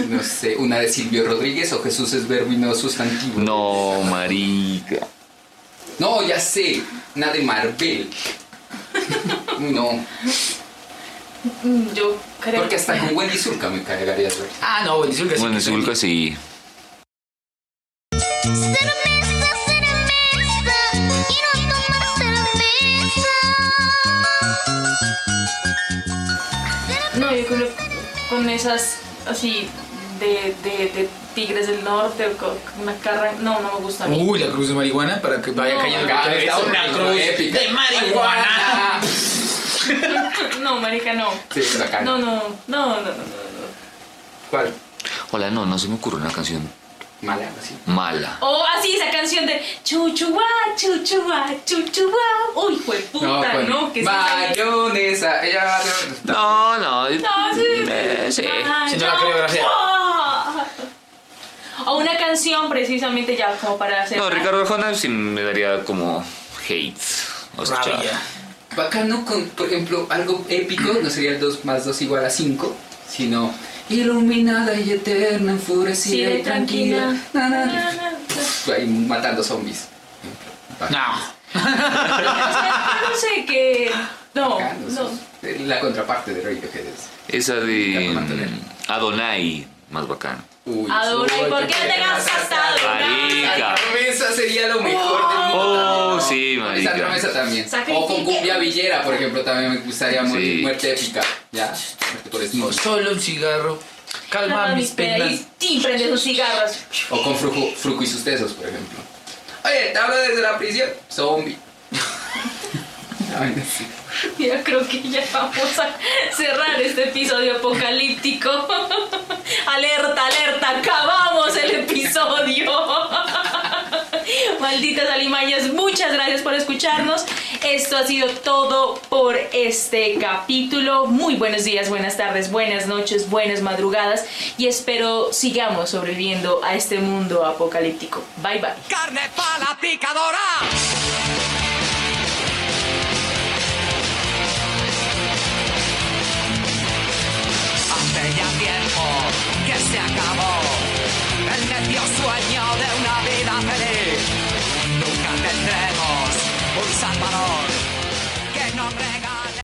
Speaker 4: No sé, una de Silvio Rodríguez o Jesús es verbo y no sustantivo. No, marica. No, ya sé. Una de Marvel. Uy, No,
Speaker 1: Mm, Yo creo.
Speaker 4: porque hasta con Wendy Zulka me cargaría de ver.
Speaker 3: Ah, no, Wendy Zulka
Speaker 5: Bueno, Zulka sí.
Speaker 1: No, yo creo con esas así de, de, de Tigres del Norte o con una carra. No, no me gusta a mí.
Speaker 3: Uy, la cruz de marihuana para que vaya
Speaker 1: No.
Speaker 3: cayendo.
Speaker 1: Ah,
Speaker 3: Está
Speaker 1: eso
Speaker 3: una
Speaker 1: es
Speaker 3: cruz
Speaker 1: épica.
Speaker 3: de marihuana.
Speaker 1: no, marica, no.
Speaker 4: Sí, bacán.
Speaker 1: No, no, no, no, no, no.
Speaker 4: ¿Cuál?
Speaker 5: Hola, no, no se me ocurre una canción
Speaker 4: Mala, así.
Speaker 5: mala.
Speaker 1: O así esa canción de chuchuá, chuchuá, chuchuá. Uy, fue puta, ¿no? Que sí.
Speaker 4: Mayonesa, ah, ella va a-
Speaker 5: No, no.
Speaker 1: No, sí.
Speaker 5: eh, sí.
Speaker 1: Ay, no. Ah. O una canción precisamente ya como para hacer.
Speaker 5: No, Ricardo Arjona sí me daría como hate. O sea,
Speaker 4: Bacano con, por ejemplo, algo épico, no sería el 2 más 2 igual a 5, sino iluminada y eterna, enfurecida y tranquila.
Speaker 1: Na, na, na.
Speaker 4: Ahí matando zombies.
Speaker 3: No.
Speaker 1: No sé qué. No, Oh,
Speaker 4: Ah,
Speaker 1: no.
Speaker 4: Eh, La contraparte de Radiohead es.
Speaker 5: Esa de mm, Adonai, más bacán.
Speaker 4: Uy,
Speaker 1: Adonai,
Speaker 4: uy,
Speaker 1: ¿por qué te gastas Adonai?
Speaker 5: Marica.
Speaker 4: Promesa sería lo mejor del mundo.
Speaker 5: Oh, sí,
Speaker 4: Esa
Speaker 5: marica.
Speaker 4: promesa también. O
Speaker 1: Sacrifique.
Speaker 4: con cumbia villera, por ejemplo, también me gustaría mu-
Speaker 5: Sí.
Speaker 4: muerte épica. Ya, muerte por Snoop.
Speaker 3: Solo un cigarro.
Speaker 1: Calma mis penas. Y sí, prende sus cigarros.
Speaker 4: O con Fruco, Fruco y sus tesos, por ejemplo. Oye, te hablo desde la prisión. Zombie. Ay, no sé.
Speaker 1: Yo creo que ya vamos a cerrar este episodio apocalíptico. alerta, alerta, acabamos el episodio. Malditas alimañas, muchas gracias por escucharnos. Esto ha sido todo por este capítulo. Muy buenos días, buenas tardes, buenas noches, buenas madrugadas y espero sigamos sobreviviendo a este mundo apocalíptico. Bye bye.
Speaker 7: Carne pala picadora. ya tiempo que se acabó el necio sueño de una vida feliz. Nunca tendremos un salvador que nombre.